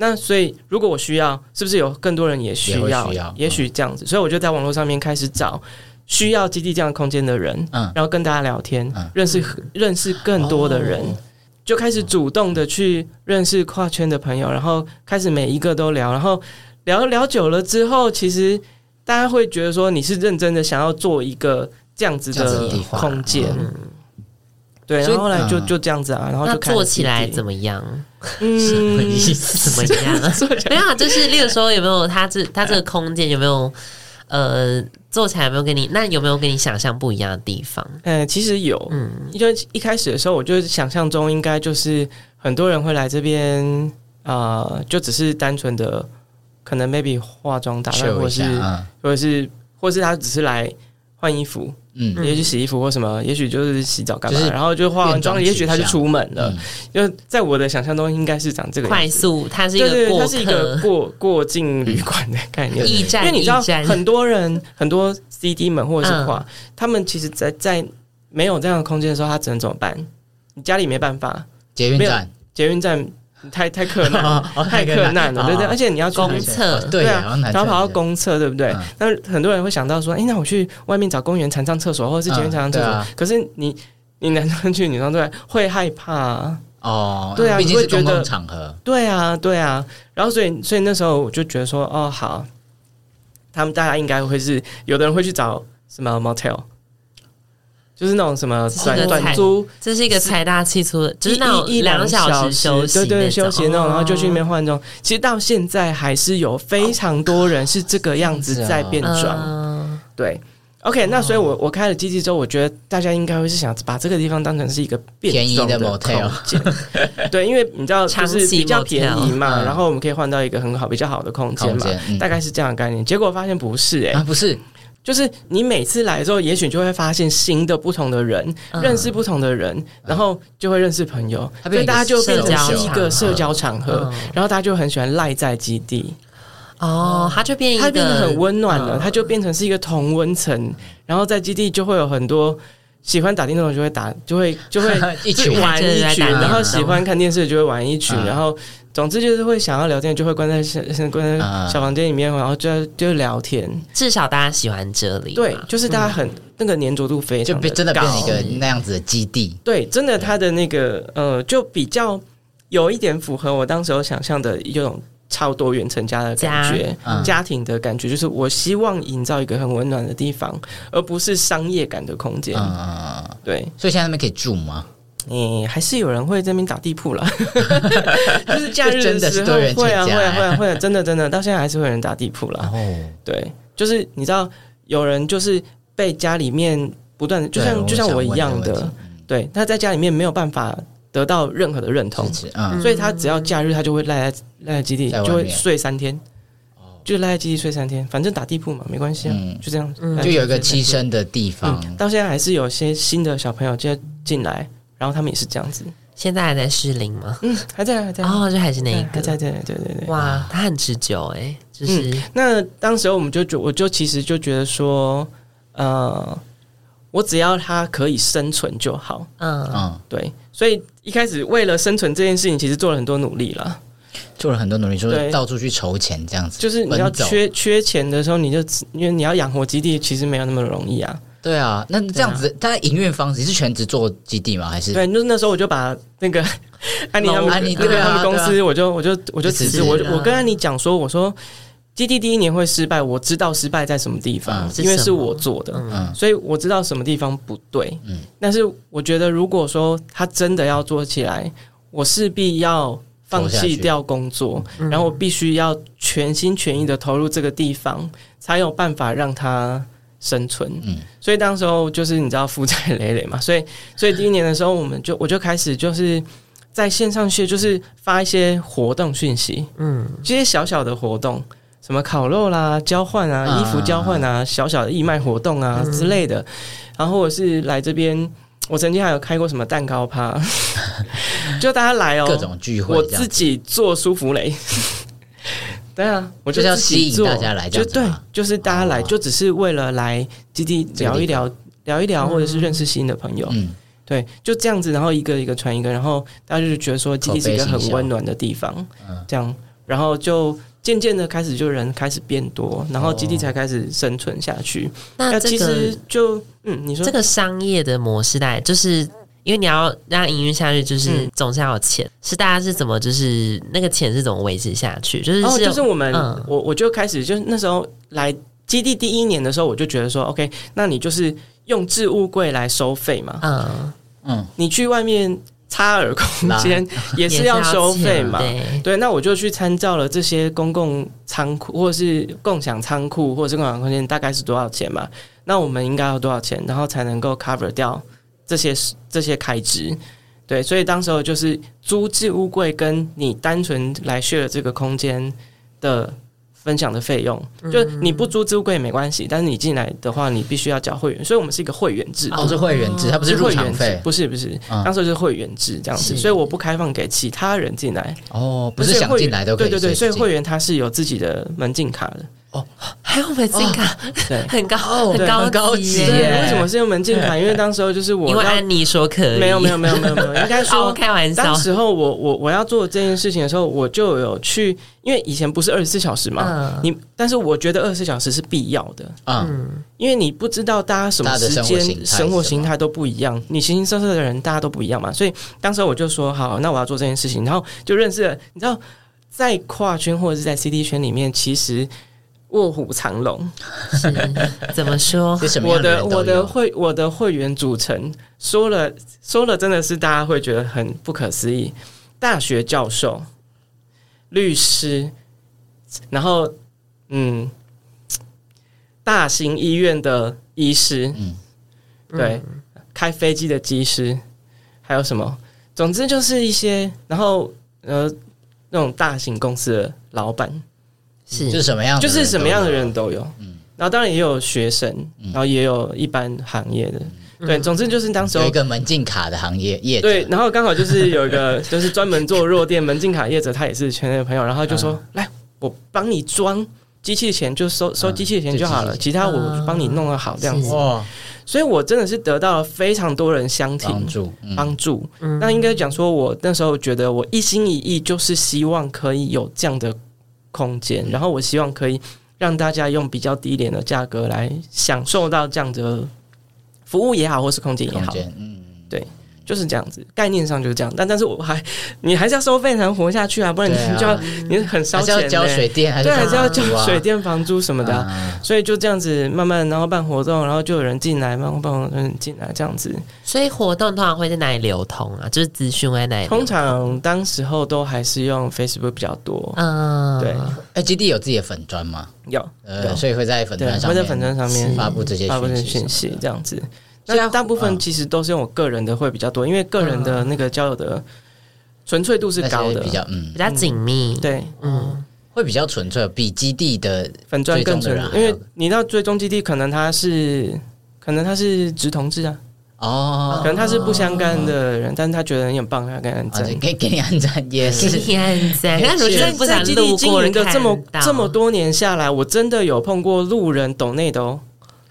Speaker 3: 那所以，如果我需要，是不是有更多人也需
Speaker 1: 也
Speaker 3: 要？
Speaker 1: 会需要
Speaker 3: 也许这样子，所以我就在网络上面开始找需要基地这样的空间的人，
Speaker 1: 嗯
Speaker 3: 然后跟大家聊天，
Speaker 1: 嗯
Speaker 3: 认识认识更多的人，
Speaker 1: 哦
Speaker 3: 就开始主动的去认识跨圈的朋友，然后开始每一个都聊，然后聊聊久了之后，其实大家会觉得说你是认真的想要做一个这样子
Speaker 1: 这样子
Speaker 3: 的
Speaker 1: 的计划
Speaker 3: 空间，
Speaker 2: 嗯
Speaker 3: 对，然
Speaker 1: 所以
Speaker 3: 后后来就
Speaker 1: 嗯
Speaker 3: 就这样子啊，然后
Speaker 2: 那
Speaker 3: 就
Speaker 2: 做起来
Speaker 3: 么
Speaker 2: 怎么样？
Speaker 3: 嗯，
Speaker 2: 怎么样？ 没有啊，就是例如说有没有他这他这个空间有没有呃做起来有没有跟你那有没有跟你想象不一样的地方？
Speaker 3: 呃，其实有，
Speaker 2: 嗯，
Speaker 3: 因为一开始的时候，我就想象中应该就是很多人会来这边，呃，就只是单纯的可能 maybe 化妆打扮，
Speaker 1: 秀
Speaker 3: 或者
Speaker 1: 一
Speaker 3: 是
Speaker 1: 下啊，
Speaker 3: 或者是或是他只是来换衣服，
Speaker 1: 嗯
Speaker 3: 也许洗衣服或什么，也许就是洗澡干嘛，
Speaker 1: 就是
Speaker 3: 然后就化完
Speaker 1: 变装
Speaker 3: 妆，也许他就
Speaker 1: 取向
Speaker 3: 出门了。
Speaker 1: 嗯
Speaker 3: 就在我的想象中，应该是长这个样
Speaker 2: 快
Speaker 3: 子。
Speaker 2: 速，它是一
Speaker 3: 对对
Speaker 2: 个
Speaker 3: 对，
Speaker 2: 过
Speaker 3: 它是一个
Speaker 2: 客。
Speaker 3: 过过境旅馆的概念，
Speaker 2: 驿站，
Speaker 3: 因为你知道
Speaker 2: 驿站，
Speaker 3: 很多人 很多 CD 们或
Speaker 1: 嗯
Speaker 3: 者是画，他们其实在在没有这样的空间的时候，他只能怎么办？你家里没办法，
Speaker 1: 捷运站，
Speaker 3: 捷运站太太 困难，
Speaker 1: 哦哦
Speaker 3: 太困难了，
Speaker 1: 哦
Speaker 3: 对不对？而且你要去
Speaker 2: 公
Speaker 1: 对
Speaker 2: 厕
Speaker 1: 哦对
Speaker 3: 对
Speaker 1: 呀，
Speaker 3: 啊
Speaker 1: 好像男
Speaker 3: 然后跑到
Speaker 1: 厕
Speaker 3: 公厕，对不对
Speaker 1: 嗯？
Speaker 3: 那很多人会想到说，哎，那我去外面找公园常上厕所，或者是捷运常上厕
Speaker 1: 嗯对
Speaker 3: 所
Speaker 1: 啊。
Speaker 3: 可是你你男生去，女生出来会害怕啊。
Speaker 1: 哦，
Speaker 3: 对啊
Speaker 1: 毕竟是
Speaker 3: 你会
Speaker 1: 公
Speaker 3: 觉
Speaker 1: 共
Speaker 3: 得
Speaker 1: 场合，
Speaker 3: 对啊，对啊。然后所以所以那时候我就觉得说，哦，好，他们大家应该会是有的人会去找什么 motel，就是那种什么
Speaker 2: 是一
Speaker 3: 短
Speaker 2: 个
Speaker 3: 短
Speaker 2: 菜
Speaker 3: 租，
Speaker 2: 这是一个财大气粗的，就是那种
Speaker 3: 一一一
Speaker 2: 两
Speaker 3: 两
Speaker 2: 小
Speaker 3: 小
Speaker 2: 时休息，哦
Speaker 3: 对对，休息那种，然后就去
Speaker 2: 面
Speaker 3: 那边换装。其实到现在还是有非常多人是这个样子
Speaker 1: 这样子啊
Speaker 3: 在变
Speaker 2: 嗯
Speaker 3: 装，
Speaker 2: 装，
Speaker 3: 对。OK，那所以我，我开了机器之后，我觉得大家应该会是想把这个地方当成是一个变装
Speaker 1: 便宜的
Speaker 3: 的
Speaker 1: motel
Speaker 3: 空间， 对，因为你知道就
Speaker 2: 长
Speaker 3: 是
Speaker 2: 期
Speaker 3: 比较便宜
Speaker 1: motel
Speaker 3: 嘛，
Speaker 1: 嗯
Speaker 3: 然后我们可以换到一个很好、比较好的空间
Speaker 1: 空
Speaker 3: 嘛，
Speaker 1: 间嗯
Speaker 3: 大概是这样的概念。结果发现不是、欸，
Speaker 1: 啊，不是
Speaker 3: 就是你每次来之后，也许你就会发现新的不同的人，
Speaker 2: 嗯
Speaker 3: 认识不同的人，然后就会认识朋友，
Speaker 1: 它
Speaker 3: 所
Speaker 1: 变成
Speaker 3: 以大家就变成
Speaker 2: 社交
Speaker 3: 是一
Speaker 2: 场
Speaker 3: 个
Speaker 2: 合
Speaker 3: 社交场合，
Speaker 2: 嗯
Speaker 3: 然后大家就很喜欢赖在基地，
Speaker 2: 哦，它就变一个
Speaker 3: 它变得很温暖了，
Speaker 2: 嗯
Speaker 3: 它就变成是一个同温层，然后在基地就会有很多喜欢打电动的就会打，就会 就会
Speaker 1: 一群
Speaker 3: 就玩一
Speaker 2: 就
Speaker 3: 群，
Speaker 2: 是来打电动
Speaker 3: 然后喜欢看电视的就会玩一群，
Speaker 1: 嗯
Speaker 3: 然后总之就是会想要聊天，就会关在小关
Speaker 1: 嗯
Speaker 3: 在小房间里面，然后就就聊天，
Speaker 2: 至少大家喜欢这里嘛，
Speaker 3: 对，就是大家很那个粘着度非
Speaker 1: 嗯就
Speaker 3: 常
Speaker 1: 变真的
Speaker 3: 高
Speaker 1: 变成一个那样子的基地，
Speaker 3: 对，真的，它的那个呃，就比较有一点符合我当时候想象的一种超多元成家的感觉，
Speaker 1: 家嗯
Speaker 3: 家庭的感觉，就是我希望营造一个很温暖的地方，而不是商业感的空间。
Speaker 1: 嗯，
Speaker 3: 对，
Speaker 1: 所以现在那边可以住吗？
Speaker 3: 你、还是有人会在那边打地铺啦， 就是假日
Speaker 1: 真的是
Speaker 3: 时候
Speaker 1: 多元成
Speaker 3: 会啊
Speaker 1: 家
Speaker 3: 会啊
Speaker 1: 欸
Speaker 3: 会啊会啊，真的真的，到现在还是会有人打地铺啦。
Speaker 1: 哦，
Speaker 3: 对，就是你知道，有人就是被家里面不断的，就
Speaker 1: 对
Speaker 3: 像就像
Speaker 1: 想
Speaker 3: 我一
Speaker 1: 问这个问
Speaker 3: 样的
Speaker 1: 题，
Speaker 3: 对，他在家里面没有办法得到任何的认同
Speaker 1: 支，持，嗯，
Speaker 3: 所以他只要假日他就会赖在赖在基地，
Speaker 1: 在外面哦
Speaker 3: 就会睡三天，就赖在基地睡三天，反正打地铺嘛，没关系啊，
Speaker 1: 嗯
Speaker 3: 就这样，
Speaker 2: 嗯
Speaker 3: 赖在
Speaker 1: 就
Speaker 3: 基地
Speaker 1: 有一个
Speaker 3: 睡三
Speaker 1: 栖
Speaker 3: 天。
Speaker 1: 身的地方，
Speaker 3: 嗯，到现在还是有些新的小朋友就进来，然后他们也是这样子，
Speaker 2: 现在还在适龄吗？
Speaker 3: 嗯，还在还在，
Speaker 2: 哦，就还是那一
Speaker 3: 嗯
Speaker 2: 个
Speaker 3: 还，在对对对对。
Speaker 2: 哇，它很持久哎、就是、
Speaker 3: 那当时候我们就觉，我就其实就觉得说，呃，我只要它可以生存就好，啊
Speaker 2: 嗯，
Speaker 1: 嗯，
Speaker 3: 对，所以一开始为了生存这件事情，其实做了很多努力了。
Speaker 1: 做了很多努力，说
Speaker 3: 对
Speaker 1: 到处去筹钱这样子，
Speaker 3: 就是你要
Speaker 1: 奔走
Speaker 3: 缺缺钱的时候，你就因为你要养活基地，其实没有那么容易啊。
Speaker 1: 对啊，那这样子，他营运方式你是全职做基地吗？还是
Speaker 3: 对，就是那时候我就把那个安妮他
Speaker 1: 安
Speaker 3: 们
Speaker 1: 妮
Speaker 3: 那
Speaker 1: 对
Speaker 3: 个
Speaker 1: 啊
Speaker 3: 他们公司，我就我就我
Speaker 1: 就
Speaker 3: 就
Speaker 1: 辞
Speaker 3: 辞职，
Speaker 1: 职
Speaker 3: 我
Speaker 2: 了
Speaker 3: 我跟安妮讲说，我说。基地第一年会失败，我知道失败在什么地方，
Speaker 1: 嗯
Speaker 3: 因为
Speaker 2: 是什
Speaker 3: 是
Speaker 2: 么
Speaker 3: 我做的，
Speaker 2: 嗯
Speaker 1: 嗯
Speaker 3: 所以我知道什么地方不对。
Speaker 1: 嗯
Speaker 3: 但是我觉得，如果说他真的要做起来，我势必要放
Speaker 1: 投下去
Speaker 3: 弃掉工作，
Speaker 2: 嗯
Speaker 3: 然后我必须要全心全意的投入这个地方，才有办法让它生存。
Speaker 1: 嗯
Speaker 3: 所以当时候就是你知道负债累累嘛，所 以所以第一年的时候，我们就我就开始就是在线上去就是发一些活动讯息，
Speaker 2: 嗯，
Speaker 3: 这些小小的活动，什么烤肉啦、交换啊、
Speaker 1: 啊嗯
Speaker 3: 衣服交换啊、小小的义卖活动啊之类的，然后或者是来这边，我曾经还有开过什么蛋 糕趴，就大家来哦，
Speaker 1: 各种聚会
Speaker 3: 我
Speaker 1: 这
Speaker 3: 自
Speaker 1: 样。
Speaker 3: 己做舒芙蕾。对啊，我
Speaker 1: 就是要
Speaker 3: 自己
Speaker 1: 吸引
Speaker 3: 做
Speaker 1: 大家来这
Speaker 3: 就
Speaker 1: 样子
Speaker 3: 对
Speaker 1: 嘛，
Speaker 3: 就是大家来，
Speaker 1: 哦
Speaker 3: 就只是为了来基地
Speaker 1: 这个
Speaker 3: 聊一
Speaker 1: 地
Speaker 3: 聊，聊一聊，
Speaker 2: 嗯
Speaker 3: 或者是认识新的朋友。
Speaker 1: 嗯，
Speaker 3: 对，就这样子，然后一个一个传一个，然后大家就觉得说基地是一个
Speaker 1: 口碑
Speaker 3: 很
Speaker 1: 行销
Speaker 3: 温暖的地方
Speaker 1: 嗯，
Speaker 3: 这样，然后就渐渐的开始就人开始变多，然后基地才开始生存下去。
Speaker 2: 那这
Speaker 3: 其
Speaker 2: 个
Speaker 3: 实就嗯，你说
Speaker 2: 这个商业的模式，大概就是因为你要让营运下去，就是
Speaker 3: 嗯
Speaker 2: 总是要有钱，是大家是怎么就是那个钱是怎么维持下去？就是
Speaker 3: 哦，
Speaker 2: 是
Speaker 3: 就是我们，
Speaker 2: 嗯
Speaker 3: 我我就开始就是那时候来基地第一年的时候，我就觉得说，OK，那你就是用置物柜来收费嘛，
Speaker 2: 嗯，
Speaker 1: 嗯，
Speaker 3: 你去外面擦耳空间也
Speaker 2: 也
Speaker 3: 是要收费嘛。
Speaker 2: 钱对，
Speaker 3: 对，那我就去参照了这些公共仓库，或者是共享仓库，或者是共享空间，大概是多少钱嘛？那我们应该要多少钱，然后才能够 cover 掉这些这些开支？对，所以当时候就是租置物柜跟你单纯来 share 这个空间的分享的费用，
Speaker 1: 嗯
Speaker 3: 就你不租置物柜也没关系，但是你进来的话，你必须要缴会员，所以我们是一个会员制。
Speaker 1: 哦，是会员制，它不是入
Speaker 3: 会员
Speaker 1: 场
Speaker 3: 制
Speaker 1: 费，
Speaker 3: 不是不是，
Speaker 1: 嗯
Speaker 3: 当时候是会员制这样子，
Speaker 2: 是
Speaker 3: 所以我不开放给其他人进来，
Speaker 1: 哦，不
Speaker 3: 不
Speaker 1: 是想
Speaker 3: 会
Speaker 1: 进
Speaker 3: 员
Speaker 1: 来都可以
Speaker 3: 对对对，所
Speaker 1: 随
Speaker 3: 以
Speaker 1: 时进。
Speaker 3: 会员他是有自己的门禁卡的。
Speaker 2: 还有门禁卡，，
Speaker 3: 对
Speaker 2: 很高，
Speaker 3: 对
Speaker 2: 很
Speaker 1: 很高
Speaker 2: 级
Speaker 1: 级耶
Speaker 2: 耶
Speaker 3: 为什么是用门禁卡？因为当时候就是我
Speaker 2: 因为
Speaker 3: 要
Speaker 2: 安妮说可以，
Speaker 3: 没有没有没有 没有没有，应该
Speaker 2: 哦，我
Speaker 3: 说。
Speaker 2: 开玩笑
Speaker 3: 当，时候我我我要做这件事情的时候，我就有去，因为以前不是二十四小时嘛，
Speaker 2: 嗯
Speaker 3: 你但是我觉得二十四小时是必要的，
Speaker 1: 嗯，
Speaker 2: 嗯，
Speaker 3: 因为你不知道大家什么时
Speaker 1: 大家的生活形态
Speaker 3: 间生活形态都不一样，你形形色色的人大家都不一样嘛，所以当时我就说好，那我要做这件事情，然后就认识了，你知道，在跨圈或者是在 CD 圈里面，其实卧虎藏龙，
Speaker 2: 是嗯怎么说？
Speaker 1: 是什么
Speaker 3: 我
Speaker 1: 样
Speaker 3: 的
Speaker 1: 人都
Speaker 3: 我
Speaker 1: 有
Speaker 3: 的会我的会员组成说了说了，真的是大家会觉得很不可思议。大学教授、律师，然后嗯，大型医院的医师，
Speaker 1: 嗯
Speaker 3: 对，
Speaker 2: 嗯
Speaker 3: 开飞机的机师，还有什么？总之就是一些，然后呃，那种大型公司的老板，
Speaker 2: 是
Speaker 1: 就是什么样的
Speaker 3: 就
Speaker 1: 人都有，
Speaker 3: 是什么样的人都有，
Speaker 1: 嗯
Speaker 3: 然后当然也有学生，然后也有一般行业的，对，总之就是当时
Speaker 1: 嗯有
Speaker 3: 候
Speaker 1: 一个门禁卡的行业业者
Speaker 3: 对，然后刚好就是有 一个就是专门做弱电门禁卡业者，他也是圈内的朋友，然后他就说、来，我帮你装机器钱，就收收
Speaker 1: 嗯嗯
Speaker 3: 机器钱就好
Speaker 1: 就
Speaker 3: 了，
Speaker 1: 机啊
Speaker 3: 其他我就帮你弄得好这样
Speaker 2: 是
Speaker 3: 子，
Speaker 1: 哇，
Speaker 3: 所以我真的是得到了非常多人相挺
Speaker 1: 帮助，嗯
Speaker 3: 帮助。
Speaker 2: 嗯
Speaker 3: 那应该讲说，我那时候觉得我一心一意就是希望可以有这样的空间，
Speaker 1: 嗯
Speaker 3: 然后我希望可以让大家用比较低廉的价格来享受到这样的服务也好，或是空间也
Speaker 1: 空
Speaker 3: 好，
Speaker 1: 间，嗯，
Speaker 3: 就是这样子。概念上就是这样，但但是我还你还是要收费才能活下去啊，不然
Speaker 1: 对啊
Speaker 3: 你就要、你很烧
Speaker 1: 还是
Speaker 3: 钱、
Speaker 1: 要
Speaker 3: 欸，
Speaker 1: 交水电，还是
Speaker 3: 对，还是要交
Speaker 1: 房租啊
Speaker 3: 水电、房租什么的啊、
Speaker 1: 啊
Speaker 3: 所以就这样子慢慢，然后办活动，然后就有人进来，慢慢办活动进来，这样子。
Speaker 2: 所以活动通常会在哪里流通啊？就是资讯会在哪里？
Speaker 3: 通，常当时候都还是用 Facebook 比较多，
Speaker 2: 嗯，
Speaker 3: 对，
Speaker 1: 哎，G D 有自己的粉砖吗？
Speaker 3: 有
Speaker 1: 呃，
Speaker 3: 有
Speaker 1: 所以会在粉
Speaker 3: 对
Speaker 1: 砖，上
Speaker 3: 会在
Speaker 1: 面
Speaker 3: 粉砖上面
Speaker 1: 发布这些
Speaker 3: 发布这些
Speaker 1: 讯
Speaker 3: 讯
Speaker 1: 息什
Speaker 3: 息
Speaker 1: 么的
Speaker 3: 这样子。
Speaker 1: 这样
Speaker 3: 那大部分
Speaker 1: 嗯
Speaker 3: 其实都是用我个人的会比较多，因为个人的那个交友的纯粹度是
Speaker 1: 那些
Speaker 3: 高的
Speaker 1: 比，较嗯
Speaker 2: 比，较紧密，，
Speaker 3: 对，
Speaker 2: 嗯，
Speaker 1: 会比较纯粹，比基地的
Speaker 3: 粉砖更
Speaker 1: 追踪的
Speaker 3: 纯
Speaker 1: 人还，高
Speaker 3: 因为你到追踪基地，可能他是可能他是直同志啊，可
Speaker 1: 哦，
Speaker 3: 能他是不相干的人，但是他觉得你很棒，他跟人
Speaker 1: 啊
Speaker 3: 赞
Speaker 1: 这。可以给你按 赞，也是
Speaker 2: 你很赞。那如果真
Speaker 3: 哎在
Speaker 2: 的不想
Speaker 3: 在基地
Speaker 2: 路
Speaker 3: 经
Speaker 2: 过
Speaker 3: 营的这么
Speaker 2: 看到
Speaker 3: 这么多年下来，我真的有碰过路人抖内的哦。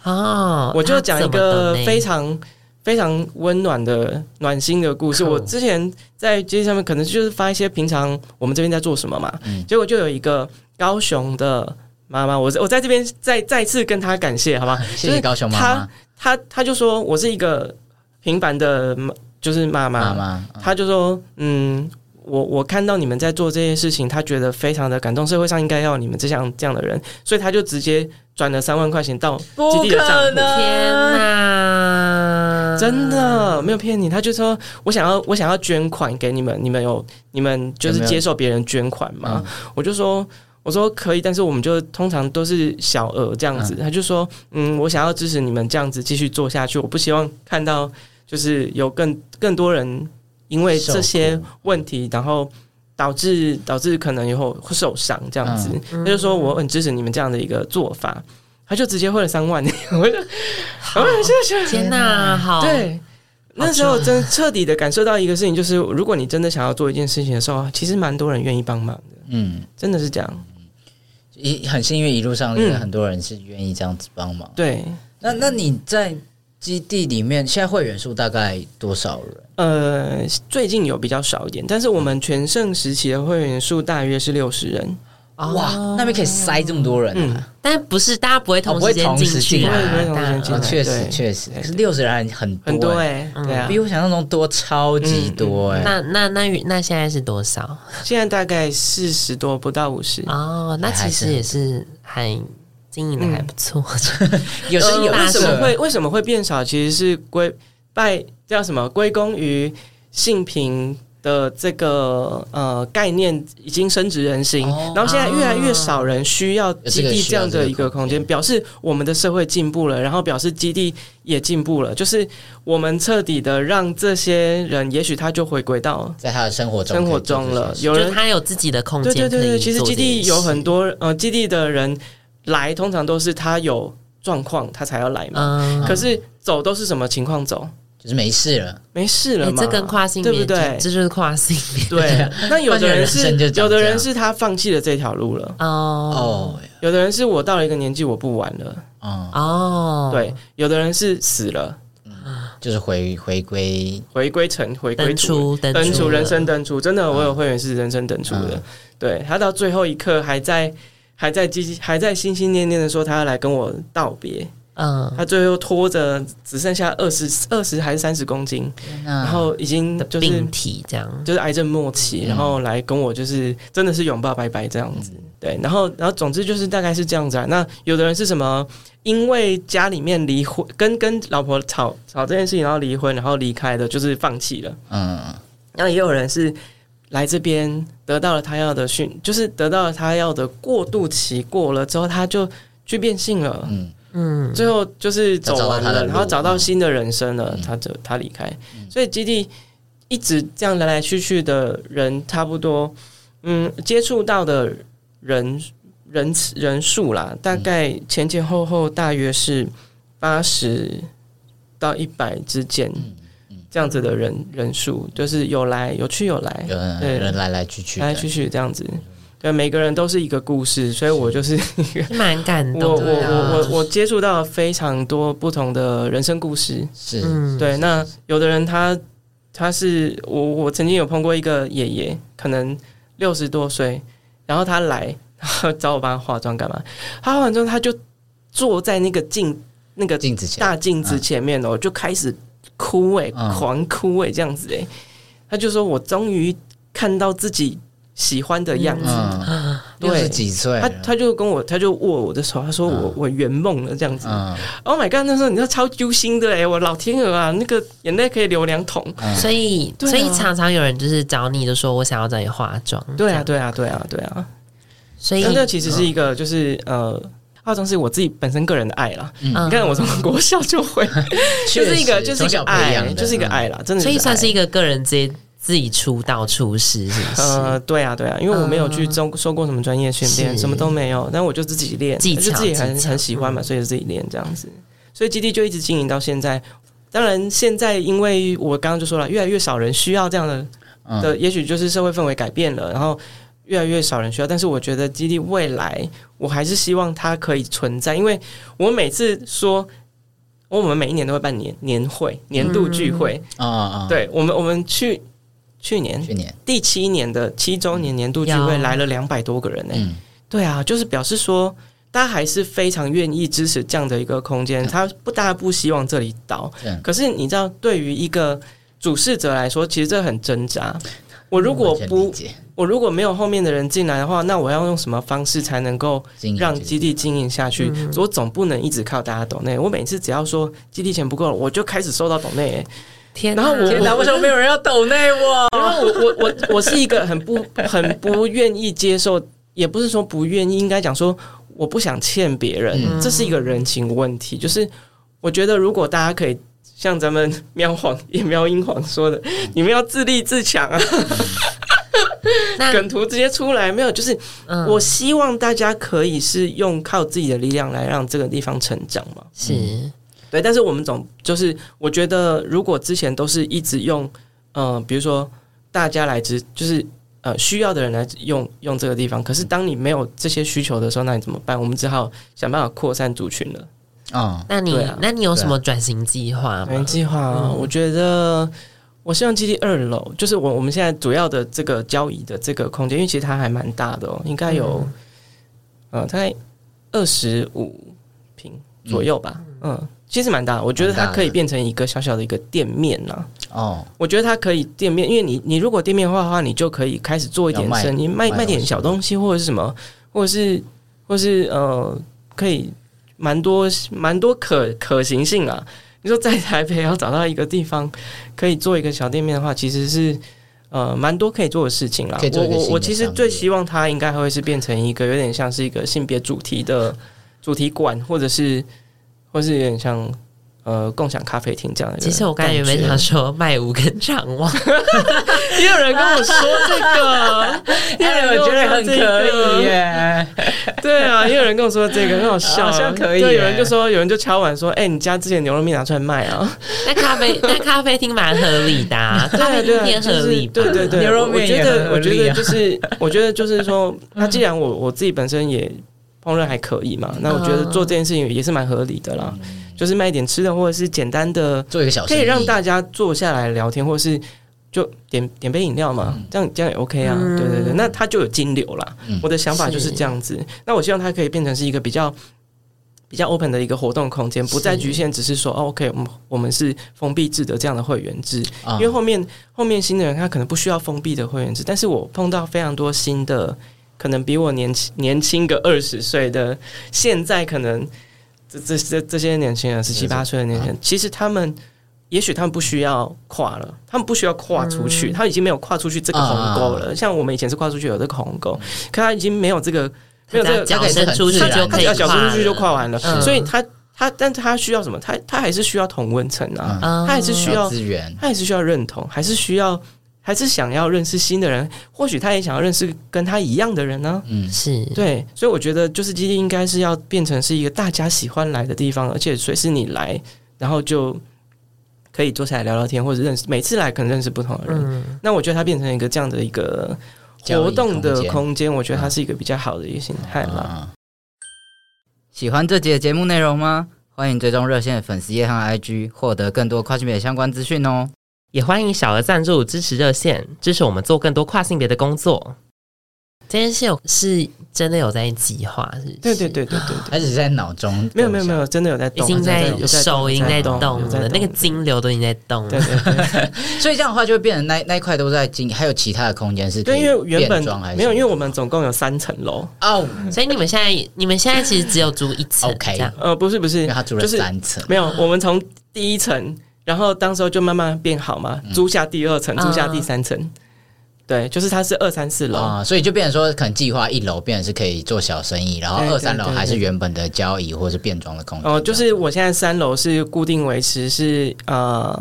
Speaker 2: 哦，
Speaker 3: 我就讲一个非
Speaker 2: 常
Speaker 3: 常非常温暖的暖心的故事。
Speaker 2: Cool
Speaker 3: 我之前在街上面可能就是发一些平常我们这边在做什么嘛，
Speaker 1: 嗯
Speaker 3: 结果就有一个高雄的妈妈，我在我在这边再再次跟她感谢，好吧？
Speaker 1: 谢谢高雄妈妈
Speaker 3: 她她就说我是一个平凡的，就是妈
Speaker 1: 妈
Speaker 3: 妈，
Speaker 1: 妈，嗯
Speaker 3: 她就说嗯。我我看到你们在做这些事情，他觉得非常的感动，社会上应该要有你们这样这样的人，所以他就直接转了三万块钱到基
Speaker 1: 不
Speaker 3: 地的账
Speaker 1: 可
Speaker 3: 户。
Speaker 1: 能，啊
Speaker 2: 天哪，
Speaker 3: 真的没有骗你，他就说我想要我想要捐款给你们，你们有你们就
Speaker 1: 有
Speaker 3: 是
Speaker 1: 没有嗯
Speaker 3: 接受别人捐款吗？我就说我说可以，但是我们就通常都是小额这样子。他就说嗯，我想要支持你们这样子继续做下去，我不希望看到就是有更更多人因为这些
Speaker 1: 受苦
Speaker 3: 问题，然后。导致导致可能以后会受伤这样子，
Speaker 2: 嗯
Speaker 3: 他就说我很支持你们这样的一个做法，他就直接汇了三万，我就
Speaker 2: 好，天哪，
Speaker 1: 哦
Speaker 2: 好，
Speaker 3: 哎对，那时
Speaker 2: 好
Speaker 3: 候
Speaker 2: 赚
Speaker 3: 真彻底的感受到一个事情，就是如果你真的想要做一件事情的时候，其实蛮多人愿意帮忙的，
Speaker 1: 嗯，
Speaker 3: 真的是这样。
Speaker 1: 一很幸运一路上真的
Speaker 3: 嗯
Speaker 1: 很多人是愿意这样子帮忙。
Speaker 3: 对，
Speaker 1: 那
Speaker 3: 嗯
Speaker 1: 那你在基地里面现在会员数大概多少人？
Speaker 3: 呃，最近有比较少一点，但是我们全盛时期的会员数大约是六十人，
Speaker 2: 哦
Speaker 1: 哇，那边可以塞这么多人
Speaker 3: 啊嗯
Speaker 1: 啊！，
Speaker 2: 但不是大家不会同时间进去
Speaker 1: 哦
Speaker 2: 啦，
Speaker 3: 不会
Speaker 2: 大家
Speaker 3: 同时进来不会同时进
Speaker 1: 啊
Speaker 3: 来
Speaker 1: 确实
Speaker 3: 嗯对
Speaker 1: 确实，
Speaker 3: 对
Speaker 1: 可是六十人很
Speaker 3: 很多
Speaker 1: 欸
Speaker 3: 哎、嗯
Speaker 2: 嗯
Speaker 3: 对啊
Speaker 1: 比，我想象中多超级多哎、
Speaker 2: 那那那那现在是多少？
Speaker 3: 现在大概四十多，不到五十。哎
Speaker 2: 哦，那其实也是还经营的还不错，
Speaker 1: 有
Speaker 2: 是
Speaker 1: 些有
Speaker 2: 嗯
Speaker 3: 为
Speaker 2: 那
Speaker 3: 什
Speaker 1: 色
Speaker 3: 么会为什么会变少？其实是归拜叫什么归功于性平的这个呃概念已经深植人心，
Speaker 1: 哦
Speaker 3: 然后现在越来越少人需要基地这样的一个空
Speaker 1: 有这个需要这个空
Speaker 3: 间，
Speaker 1: 间
Speaker 3: 表示我们的社会进步了，然后表示基地也进步了，就是我们彻底的让这些人，也许他就回归到
Speaker 1: 在他的生活中
Speaker 3: 生活
Speaker 1: 可以做
Speaker 3: 中了
Speaker 1: 这。些事
Speaker 3: 有
Speaker 2: 就
Speaker 3: 人
Speaker 2: 他有自己的空
Speaker 3: 对
Speaker 2: 间可
Speaker 3: 对
Speaker 2: 以
Speaker 3: 对对，其实
Speaker 2: 做
Speaker 3: 基
Speaker 2: 这件
Speaker 3: 地
Speaker 2: 事
Speaker 3: 有很多呃基地的人来，通常都是他有状况他才要来嘛。
Speaker 2: 嗯，
Speaker 3: 可是走都是什么情况走？
Speaker 1: 就是没事了，
Speaker 3: 没事了
Speaker 2: 哎
Speaker 3: 嘛，
Speaker 2: 这跟跨性别
Speaker 3: 对不对
Speaker 2: 这这就是跨性别
Speaker 3: 对。那有的人是
Speaker 1: 换个人生就长这样
Speaker 3: 有的人是他放弃了这条路了，
Speaker 2: 哦
Speaker 1: 哦
Speaker 3: 有的人是我到了一个年纪我不玩了，
Speaker 1: 嗯，
Speaker 2: 哦，
Speaker 3: 对，，有的人是死了，
Speaker 1: 就是回回归
Speaker 3: 回归成回归
Speaker 2: 登
Speaker 3: 主。
Speaker 2: 出登
Speaker 3: 登出
Speaker 2: 出
Speaker 3: 人生登出，真的，我有会员是人生登出的
Speaker 1: 嗯。
Speaker 3: 对他到最后一刻还在还在积极还在心心念念的说他要来跟我道别，
Speaker 2: 嗯，
Speaker 3: 他最后拖着只剩下二十二十还是三十公斤，
Speaker 1: 那
Speaker 3: 然后已
Speaker 2: 嗯
Speaker 3: 经
Speaker 2: 的
Speaker 3: 就是
Speaker 2: 病体这样，
Speaker 3: 就是癌症末期，
Speaker 1: 嗯
Speaker 3: 然后来跟我就是真的是拥抱拜拜这样子，对，然后然后总之就是大概是这样子啊。那有的人是什么？因为家里面离婚，跟跟老婆吵吵这件事情，然后离婚，然后离开的，就是放弃了。
Speaker 1: 嗯，
Speaker 3: 然后也有人是来这边得到了他要的讯，就是得到了他要的过渡期过了之后，他就去变性了。
Speaker 1: 嗯
Speaker 2: 嗯，
Speaker 3: 最后就是走完
Speaker 1: 找到他的
Speaker 3: 了，
Speaker 1: 路
Speaker 3: 然后找到新的人生了，
Speaker 1: 嗯
Speaker 3: 他就他离开，所以基地一直这样来来去去的人，差不多，嗯，接触到的人人人数啦，大概前前后后大约是八十到一百之间，
Speaker 1: 嗯
Speaker 3: 这样子的人人数，就是有来有去有来，
Speaker 1: 有人
Speaker 3: 对
Speaker 1: 有人来来去去
Speaker 3: 来
Speaker 1: 的
Speaker 3: 来去去这样子，对，每个人都是一个故事，所以我就是一个。
Speaker 2: 蛮感
Speaker 3: 我
Speaker 2: 动
Speaker 3: 我
Speaker 2: 的啊，
Speaker 3: 我我我接触到非常多不同的人生故事。
Speaker 1: 是
Speaker 2: 嗯，
Speaker 3: 对，那有的人他他是我我曾经有碰过一个爷爷，可能六十多岁，然后他来找我帮他化妆干嘛？他化完妆他就坐在那个镜那个
Speaker 1: 镜子前，
Speaker 3: 大镜子前面哦，就开始哭哎、
Speaker 1: 嗯
Speaker 3: 狂哭哎、这样子哎、他就说我终于看到自己喜欢的样子。
Speaker 1: 嗯，
Speaker 3: 啊对
Speaker 1: 六十几岁
Speaker 3: 他
Speaker 1: 了，
Speaker 3: 他就跟我，他就握我的手，他说我、
Speaker 1: 嗯
Speaker 3: 我圆梦了这样子。
Speaker 1: 嗯
Speaker 3: Oh my god！那时候你知道超揪心的哎、我老天鹅啊，那个眼泪可以流两桶。
Speaker 1: 嗯，
Speaker 2: 所以，
Speaker 3: 对啊
Speaker 2: 所以常常有人就是找你，就说我想要找你化妆。
Speaker 3: 对啊，，对啊，对啊，对啊。
Speaker 2: 所以
Speaker 3: 但这其实是一个就是呃，化妆是我自己本身个人的爱啦。你
Speaker 2: 嗯
Speaker 3: 看我从国校就会，就
Speaker 1: 确
Speaker 3: 是一个
Speaker 1: 实
Speaker 3: 就是
Speaker 1: 从
Speaker 3: 一个
Speaker 1: 小培
Speaker 3: 爱，
Speaker 1: 养的，
Speaker 3: 就是一个爱啦，真的。
Speaker 2: 所以算是一
Speaker 3: 个
Speaker 2: 个个人直接自己出道出师，是不
Speaker 3: 爱。呃，
Speaker 2: 是？
Speaker 3: 对啊，对啊，因为我没有去
Speaker 2: 嗯
Speaker 3: 中受过什么专业训练，
Speaker 2: 是
Speaker 3: 什么都没有，但我就自己练，
Speaker 2: 技巧
Speaker 3: 就自己很
Speaker 2: 技巧
Speaker 3: 很喜欢嘛，
Speaker 2: 嗯
Speaker 3: 所以就自己练这样子，所以基地就一直经营到现在。当然，现在因为我刚刚就说了，越来越少人需要这样的
Speaker 1: 嗯
Speaker 3: 的，也许就是社会氛围改变了，然后越来越少人需要。但是我觉得基地未来，我还是希望它可以存在，因为我每次说，我们每一年都会办年年会、年度聚会，
Speaker 1: 啊啊，
Speaker 3: 对我们我们去去年
Speaker 1: 去年，
Speaker 3: 第七年的七周年年度聚会
Speaker 2: 有
Speaker 3: 来了两百多个人呢、
Speaker 1: 嗯，
Speaker 3: 对啊，就是表示说。大家还是非常愿意支持这样的一个空间，他不，大家不希望这里倒。
Speaker 1: 这样
Speaker 3: 可是你知道，对于一个主事者来说，其实这很挣扎。我如果
Speaker 1: 完全理
Speaker 3: 不，
Speaker 1: 解
Speaker 3: 我如果没有后面的人进来的话，那我要用什么方式才能够
Speaker 1: 经营
Speaker 3: 让
Speaker 1: 这个
Speaker 3: 基地经营下去？
Speaker 2: 嗯
Speaker 3: 所以我总不能一直靠大家抖内。我每次只要说基地钱不够了，我就开始收到抖内、欸
Speaker 2: 天哪，
Speaker 3: 然后我
Speaker 1: 天哪，为什么没有人要抖内我？
Speaker 3: 因为我我我我是一个很不很不愿意接受，也不是说不愿意，应该讲说我不想欠别人，
Speaker 1: 嗯
Speaker 3: 这是一个人情问题。就是我觉得如果大家可以像咱们喵皇也喵英皇说的，你们要自立自强啊，
Speaker 2: 那
Speaker 3: 梗图直接出来没有？就是
Speaker 2: 嗯
Speaker 3: 我希望大家可以是用靠自己的力量来让这个地方成长嘛。
Speaker 2: 是
Speaker 3: 对，但是我们总就是，我觉得如果之前都是一直用，呃，比如说大家来支，就是呃需要的人来用用这个地方，可是当你没有这些需求的时候，那你怎么办？我们只好想办法扩散族群了。
Speaker 1: 嗯，
Speaker 2: 那你、
Speaker 3: 对啊
Speaker 2: 那你有什么转型计划
Speaker 3: 原
Speaker 2: 吗？
Speaker 3: 计划啊，
Speaker 2: 嗯
Speaker 3: 我觉得我希望基地二楼，就是我我们现在主要的这个交易的这个空间，因为其实它还蛮大的哦，应该有、呃大概二十五平左右吧，嗯。其实蛮大的，我觉得
Speaker 1: 蛮大
Speaker 3: 它
Speaker 1: 的
Speaker 3: 可以变成一个小小的一个店面啊呐、
Speaker 1: 哦，
Speaker 3: 我觉得它可以店面，因为你你如果店面化的话，你就可以开始做一点
Speaker 1: 要卖
Speaker 3: 生意，卖
Speaker 1: 卖
Speaker 3: 卖点
Speaker 1: 东西
Speaker 3: 小东西或者是什么，或者是或是呃，可以蛮多蛮多可可行性啊。你说在台北要找到一个地方可以做一个小店面的话，其实是呃蛮多可以做的事情啦
Speaker 1: 可以。做
Speaker 3: 我
Speaker 1: 一个
Speaker 3: 我
Speaker 1: 新
Speaker 3: 我
Speaker 1: 的
Speaker 3: 其实
Speaker 1: 商
Speaker 3: 最
Speaker 1: 业
Speaker 3: 希望它应该会是变成一个有点像是一个性别主题的主题馆，或者是或是有点像呃共享咖啡厅这样的一
Speaker 2: 其
Speaker 3: 个感觉。
Speaker 2: 实我刚才原本想说卖五跟长 袜，
Speaker 3: 也有人跟我说这个， 也
Speaker 2: 哎
Speaker 3: 有人跟我说这个。
Speaker 1: 耶。
Speaker 3: 对啊，也有人跟我说这个很好笑，
Speaker 1: 好像可以耶
Speaker 3: 对，有人就说，有人就敲碗说，哎、你家之前牛肉面拿出来卖 啊？
Speaker 2: 那咖啡 那咖啡厅蛮合理的、啊，咖啡厅
Speaker 3: 对啊，
Speaker 2: 也
Speaker 3: 就
Speaker 2: 合
Speaker 3: 是
Speaker 2: 理吧？
Speaker 3: 对对对，
Speaker 1: 牛肉面
Speaker 3: 我觉
Speaker 1: 也很
Speaker 3: 得，
Speaker 1: 合
Speaker 3: 我觉
Speaker 1: 理
Speaker 3: 得
Speaker 1: 啊
Speaker 3: 就是，我觉得就是说，那既然我我自己本身也 嗯烹饪还可以嘛，那我觉得做这件事情也是蛮合理的啦，
Speaker 1: 嗯
Speaker 3: 就是卖一点吃的，或者是简单的
Speaker 1: 做一个小
Speaker 3: 可
Speaker 1: 生意
Speaker 3: 以让大家坐下来聊天，或者是就点点杯饮料嘛，这样这样也 OK 啊。
Speaker 2: 嗯
Speaker 3: 对对对，那它就有金流啦。
Speaker 1: 嗯
Speaker 3: 我的想法就是
Speaker 2: 是
Speaker 3: 这样子。那我希望它可以变成是一个比较比较 open 的一个活动空间，不再
Speaker 2: 是
Speaker 3: 局限只是说哦 OK，我们我们是封闭制的这样的会员制。
Speaker 1: 啊
Speaker 3: 因为后面后面新的人他可能不需要封闭的会员制，但是我碰到非常多新的，可能比我年轻年轻个二十岁的，现在可能这这这这些年轻人十七八岁的年
Speaker 2: 啊
Speaker 3: 轻人，其实他们也许他们不需要跨了，他们不需要跨出
Speaker 2: 嗯
Speaker 3: 去，他已经没有跨出去这个鸿沟
Speaker 2: 啊
Speaker 3: 了。像我们以前是跨出去有这个鸿沟，可他已经没有这个没有这
Speaker 2: 嗯他
Speaker 3: 个啊
Speaker 2: 只要
Speaker 1: 这
Speaker 2: 脚
Speaker 1: 个
Speaker 2: 伸出去
Speaker 1: 这个
Speaker 2: 就
Speaker 1: 他
Speaker 2: 可
Speaker 3: 他
Speaker 2: 以跨
Speaker 3: 只要
Speaker 2: 了，
Speaker 3: 小出去就跨完了，
Speaker 2: 嗯
Speaker 3: 所以他他但他需要什么？他他还是需要同温层啊，
Speaker 2: 嗯
Speaker 3: 他还是需要
Speaker 1: 资源，
Speaker 3: 他还是需要认同，还是需要，还是想要认识新的人，或许他也想要认识跟他一样的人呢、
Speaker 1: 嗯，
Speaker 2: 是
Speaker 3: 对，所以我觉得就是基地应该是要变成是一个大家喜欢来的地方，而且随时你来，然后就可以坐下来聊聊天，或者认识每次来可能认识不同的人。
Speaker 2: 嗯，
Speaker 3: 那我觉得它变成一个这样的一个
Speaker 1: 交易
Speaker 3: 活动的
Speaker 1: 空间
Speaker 3: 空间，我觉得它是一个比较好的一个形态啦。
Speaker 1: 啊喜欢这集的节目内容吗？欢迎追踪热线的粉丝页和 IG，获得更多跨性别相关资讯哦。
Speaker 2: 也欢迎小额赞助支持热线，支持我们做更多跨性别的工作。这件事有是真的有在计划，是不是
Speaker 3: 对对对对对对。
Speaker 1: 他只是在脑中，
Speaker 3: 没有没有没，有，真的有在
Speaker 2: 已
Speaker 3: 动，
Speaker 2: 经在
Speaker 3: 有在
Speaker 2: 手已经在动
Speaker 3: 有在
Speaker 2: 了，那个金流都已经在动
Speaker 3: 对
Speaker 2: 了。
Speaker 3: 对对。
Speaker 1: 所以这样的话就会变成那那一块都在经，还有其他的空间是可
Speaker 3: 对，
Speaker 1: 以
Speaker 3: 因为原本
Speaker 1: 变装还是
Speaker 3: 没有，因为我们总共有三层楼。
Speaker 1: 哦，
Speaker 2: 所以你们现在，你们现在其实只有租一层
Speaker 1: OK
Speaker 2: 这样
Speaker 3: 呃，不是不
Speaker 1: 因
Speaker 3: 是
Speaker 1: 为，他住了
Speaker 3: 就是
Speaker 1: 三层，
Speaker 3: 没有，我们从第一层，然后当时候就慢慢变好嘛，
Speaker 1: 嗯
Speaker 3: 租下第二层，租下第三层。对，就是它是二三四楼，
Speaker 1: 啊、所以就变成说，可能计划一楼变成是可以做小生意，然后
Speaker 3: 对
Speaker 1: 二
Speaker 3: 对
Speaker 1: 三楼
Speaker 3: 对
Speaker 1: 还是
Speaker 3: 对
Speaker 1: 原本的交易或是变装的空间。
Speaker 3: 哦，就是我现在三楼是固定维持是呃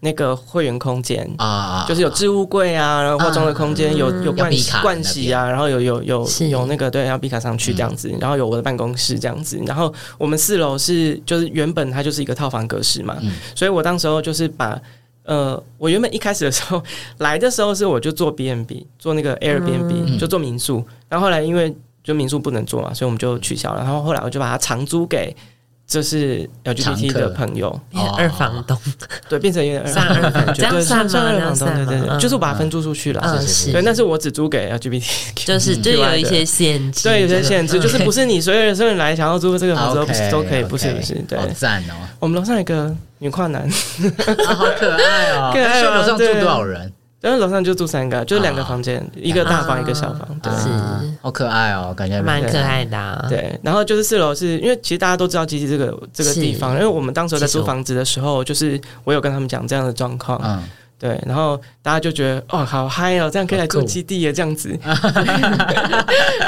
Speaker 3: 那个会员空间。
Speaker 1: 啊啊，嗯
Speaker 3: 就是有置物柜啊，然后化妆的空间，有有
Speaker 1: 要
Speaker 3: 盥
Speaker 1: 比卡的
Speaker 3: 盥洗啊，然后有有有
Speaker 2: 是
Speaker 3: 有那个对，要比卡
Speaker 1: 嗯
Speaker 3: 上去这样子，然后有我的办公室这样子，然后我们四楼是就是原本它就是一个套房格式嘛，
Speaker 1: 嗯
Speaker 3: 所以我当时候就是把。呃，我原本一开始的时候 来的时候是我就做 B N B，做那个 Airbnb，、
Speaker 1: 嗯
Speaker 3: 就做民宿。然后后来因为就民宿不能做嘛，所以我们就取消了。然后后来我就把它长租给就是 LGBT
Speaker 1: 常客
Speaker 3: 的朋友，
Speaker 2: 变成二房 东，
Speaker 3: 对，变成有点
Speaker 2: 算二房，这
Speaker 3: 对
Speaker 2: 样算吗？
Speaker 3: 算
Speaker 2: 这
Speaker 3: 二
Speaker 2: 样
Speaker 3: 房东，对
Speaker 2: 算
Speaker 3: 对
Speaker 2: 吗？
Speaker 3: 对，就是我把它分租出去了。
Speaker 2: 嗯
Speaker 1: 是是
Speaker 2: 是，
Speaker 3: 对，但是我只租给 LGBT，
Speaker 2: 就是就是有一些限制，
Speaker 3: 嗯
Speaker 2: 嗯
Speaker 3: 对，有些限制，就是不是你随便随便来想要租这个
Speaker 1: 啊
Speaker 3: 房子都不是
Speaker 1: OK，
Speaker 3: 都可以，
Speaker 1: OK，
Speaker 3: 不是不是。对
Speaker 1: 好，赞哦，
Speaker 3: 我们楼上有一个女跨男，
Speaker 1: 啊，好可爱哦
Speaker 3: 可爱吗
Speaker 1: 所以楼上住
Speaker 3: 对啊
Speaker 1: 多少人？
Speaker 3: 因为楼上就住三个，就是两个房间，一个大房，一个小房。对
Speaker 2: 嗯是
Speaker 1: 啊好可爱哦，感觉
Speaker 2: 蛮可爱的、啊。
Speaker 3: 对，然后就是四楼是，因为其实大家都知道基地这个这个
Speaker 2: 是
Speaker 3: 地方，因为我们当时候在
Speaker 2: 其实
Speaker 3: 租
Speaker 2: 我
Speaker 3: 房子的时候，就是我有跟他们讲这样的状况，
Speaker 1: 嗯，
Speaker 3: 对，然后大家就觉得哦，好嗨哦，这样可以来住
Speaker 1: 好酷
Speaker 3: 基地耶，这样子，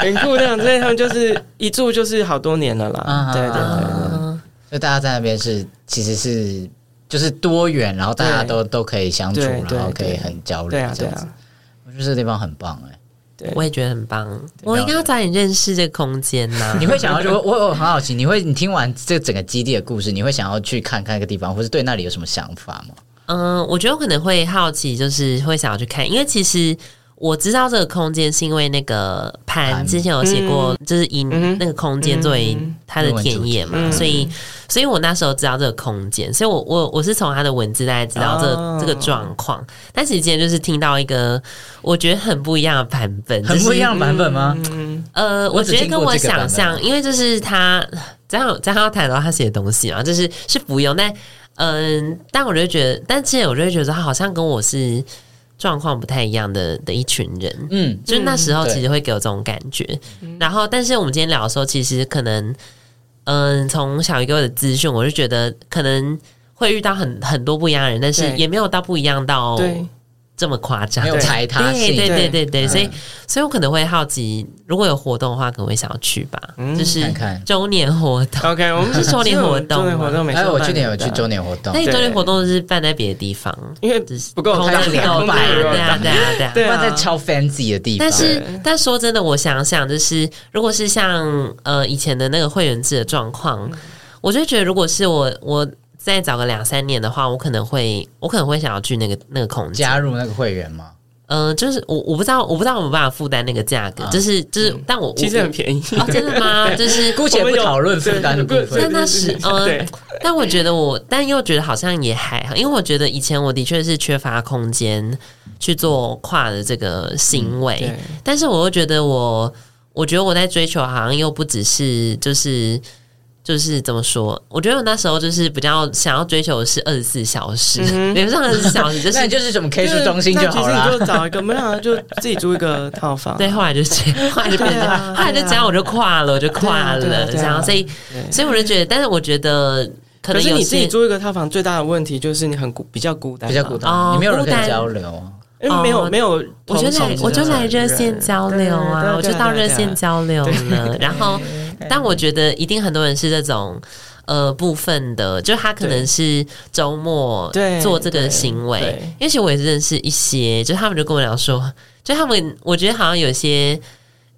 Speaker 3: 很酷这样子。所以他们就是一住就是好多年了啦
Speaker 1: 啊，
Speaker 3: 对对对对。
Speaker 2: 啊
Speaker 1: 所以大家在那边是其实是就是多元，然后大家
Speaker 3: 对
Speaker 1: 都都可以相处，
Speaker 3: 对对
Speaker 1: 然后可以很交流，
Speaker 3: 对啊，
Speaker 1: 这
Speaker 3: 对
Speaker 1: 样子
Speaker 3: 啊，
Speaker 1: 我觉得这个地方很棒哎。
Speaker 3: 对
Speaker 2: 我也觉得很棒，我应该要早点认识这个空间呐、
Speaker 1: 你会想要去我我我很好奇，你会你听完这整个基地的故事，你会想要去看看那个地方，或是对那里有什么想法吗？
Speaker 2: 嗯，我觉得我可能会好奇，就是会想要去看，因为其实我知道这个空间是因为那个
Speaker 1: 盘
Speaker 2: 盘之前有写过，就是以
Speaker 3: 嗯哼
Speaker 2: 那个空间作为它的田野嘛，
Speaker 3: 嗯
Speaker 2: 所以所以我那时候知道这个空间，所以我我我是从他的文字大概知道这、
Speaker 3: 哦
Speaker 2: 这个状况，但是今天就是听到一个我觉得很不一样的版本，
Speaker 1: 很不一
Speaker 2: 就是
Speaker 1: 样的版本吗？
Speaker 3: 嗯，
Speaker 2: 呃，
Speaker 1: 我
Speaker 2: 我
Speaker 1: 只
Speaker 2: 觉得
Speaker 1: 听
Speaker 2: 跟
Speaker 1: 过
Speaker 2: 我
Speaker 1: 这个版
Speaker 2: 想
Speaker 1: 本
Speaker 2: 象
Speaker 1: 啊，
Speaker 2: 因为就是他， 这样这样要谈到他写的东西嘛，就是是不用，但嗯，但我就觉得，但之前我就会觉得他好像跟我是状况不太一样的的一群人，
Speaker 1: 嗯，
Speaker 2: 就是那时候
Speaker 1: 对嗯
Speaker 2: 其实会给我这种感觉。然后，但是我们今天聊的时候，其实可能，嗯，从小鱼给我的资讯，我就觉得可能会遇到很很多不一样的人，但是
Speaker 3: 对
Speaker 2: 也没有到不一样到
Speaker 3: 对，
Speaker 2: 这么夸张
Speaker 1: 没。有
Speaker 3: 对
Speaker 1: 猜他
Speaker 2: 对
Speaker 1: 性，
Speaker 2: 对对对对，
Speaker 1: 嗯
Speaker 2: 所以所以我可能会好奇，如果有活动的话，可能会想要去吧，
Speaker 3: 嗯
Speaker 2: 就是
Speaker 1: 看看
Speaker 2: 周年活动。
Speaker 3: OK，我们
Speaker 2: 是周年活动
Speaker 3: 周年活动啊没？
Speaker 1: 哎，我去年有去周，年活动
Speaker 2: 但，你周
Speaker 3: 对啊
Speaker 2: 年活动是办在别的地方，
Speaker 3: 因为
Speaker 2: 只是
Speaker 3: 不够
Speaker 2: 空
Speaker 1: 开
Speaker 2: 间
Speaker 1: 两
Speaker 2: 够大
Speaker 1: 百人
Speaker 2: 对啊对啊对啊。
Speaker 3: 对
Speaker 1: 不
Speaker 3: 啊
Speaker 1: 然在超 fancy 的地方，
Speaker 2: 但是
Speaker 3: 对，
Speaker 2: 但说真的，我想想，就是如果是像呃以前的那个会员制的状况，
Speaker 1: 嗯
Speaker 2: 我就觉得，如果是我我再找个两三年的话，我可能会我可能会想要去那个那个空间
Speaker 1: 加入那个会员吗？
Speaker 2: 嗯、呃就是我我不知道我不知道我没办法负担那个价格，
Speaker 1: 啊
Speaker 2: 就是就是，但我
Speaker 3: 嗯其实
Speaker 2: 我
Speaker 3: 很便宜。
Speaker 2: 哦，真的 吗？就是
Speaker 1: 姑且不讨论负担的部
Speaker 3: 对
Speaker 2: 那
Speaker 1: 分，
Speaker 2: 那是嗯
Speaker 3: 对，
Speaker 2: 但我觉得我，但又觉得好像也还好，因为我觉得以前我的确是缺乏空间去做跨的这个行为，
Speaker 3: 嗯对
Speaker 2: 但是我又觉得我，我觉得我在追求好像又不只是就是就是怎么说？我觉得我那时候就是比较想要追求的是二十四小时，
Speaker 3: 嗯哼
Speaker 2: 也不是二十四小时，就
Speaker 1: 那
Speaker 2: 是
Speaker 1: 你就是什么 K 数中心就好
Speaker 3: 那其实
Speaker 1: 啦
Speaker 3: 你。就找一个，没有啊就自己租一个套 房。
Speaker 2: 对，后来就这样，后来就变成这样，
Speaker 3: 对啊
Speaker 2: 后来就这样，我就跨了，我就跨
Speaker 3: 对啊
Speaker 2: 了，
Speaker 3: 对啊
Speaker 2: 这样，所以
Speaker 3: 对
Speaker 2: 所以我就觉得，但是我觉得可
Speaker 3: 可
Speaker 2: 能
Speaker 3: 是
Speaker 2: 有
Speaker 3: 你自己
Speaker 2: 些
Speaker 3: 租一个套房，最大的问题就是你很孤，比较孤单，
Speaker 1: 比较孤，单，
Speaker 2: 哦
Speaker 1: 你没有人可
Speaker 2: 孤单
Speaker 1: 以交流啊。
Speaker 3: 因为没有
Speaker 2: 哦
Speaker 3: 没有。
Speaker 2: 我就来，我就来热线交流啊，我就到热线
Speaker 3: 交。
Speaker 2: 交流了。然后，
Speaker 3: 哎
Speaker 2: 但我觉得一定很多人是这种呃部分的，就他可能是周末
Speaker 3: 对
Speaker 2: 做这个
Speaker 3: 对
Speaker 2: 行为
Speaker 3: 对，
Speaker 2: 因为其实我也认识一些，就他们就跟我聊说，就他们我觉得好像有些。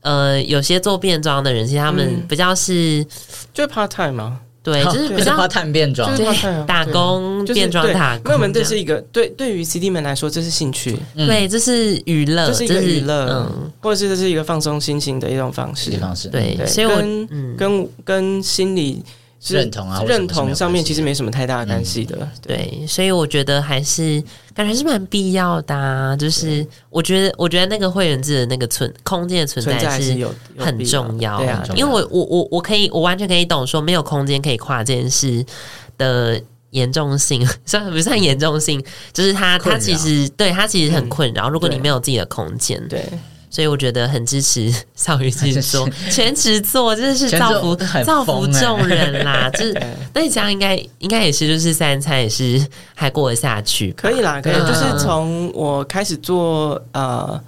Speaker 2: 呃，有些做变装的人，其实他们
Speaker 3: 嗯
Speaker 2: 比较是、
Speaker 3: 就是 part time 啊嘛，
Speaker 2: 对，
Speaker 3: 哦
Speaker 2: 就是比
Speaker 1: 花
Speaker 2: 较
Speaker 1: 探变装
Speaker 3: 就，是 part time 啊
Speaker 2: 打。工、
Speaker 3: 对就是
Speaker 2: 变装
Speaker 3: 对
Speaker 2: 打工样。
Speaker 3: 那我们这是一个对对于 CD 们来说，这是兴趣，
Speaker 1: 嗯
Speaker 2: 对，这呃是娱乐，
Speaker 3: 这是一个娱乐
Speaker 2: 嗯，，
Speaker 3: 或者是这是一个放松心情的一种方式
Speaker 1: 地。方是啊
Speaker 2: 对，
Speaker 3: 对
Speaker 2: 所以我
Speaker 3: 跟
Speaker 2: 嗯，
Speaker 3: 跟跟心理是
Speaker 1: 认同啊或者什么
Speaker 3: 认同上面其实没什么太大的干
Speaker 1: 嗯
Speaker 3: 系的。
Speaker 2: 对，所以我觉得还是感觉还是蛮必要的、啊，就是我觉得我觉得那个会员制的那个存空间的存
Speaker 3: 存在还
Speaker 2: 在是
Speaker 3: 是有有
Speaker 2: 很
Speaker 3: 必
Speaker 2: 重要，
Speaker 3: 对啊
Speaker 1: 很重要
Speaker 2: 因为我我我我可以我完全可以懂说没有空间可以跨这件事的。严重性 算不算严重性？就是它，
Speaker 1: 困
Speaker 2: 它
Speaker 1: 扰
Speaker 2: 其实对它其实很困扰。如果你
Speaker 3: 嗯对
Speaker 2: 没有自己的空间，
Speaker 3: 对，
Speaker 2: 所以我觉得很支持 少宇自己 说全职做，真的是
Speaker 1: 全职
Speaker 2: 造福
Speaker 1: 很
Speaker 2: 造福
Speaker 1: 疯欸
Speaker 2: 众 人啦。就是
Speaker 3: 对
Speaker 2: 那你这样应该应该也是，就是三餐也是还过得下去吧。
Speaker 3: 可以啦，可以。
Speaker 2: 嗯
Speaker 3: 就是从我开始做呃。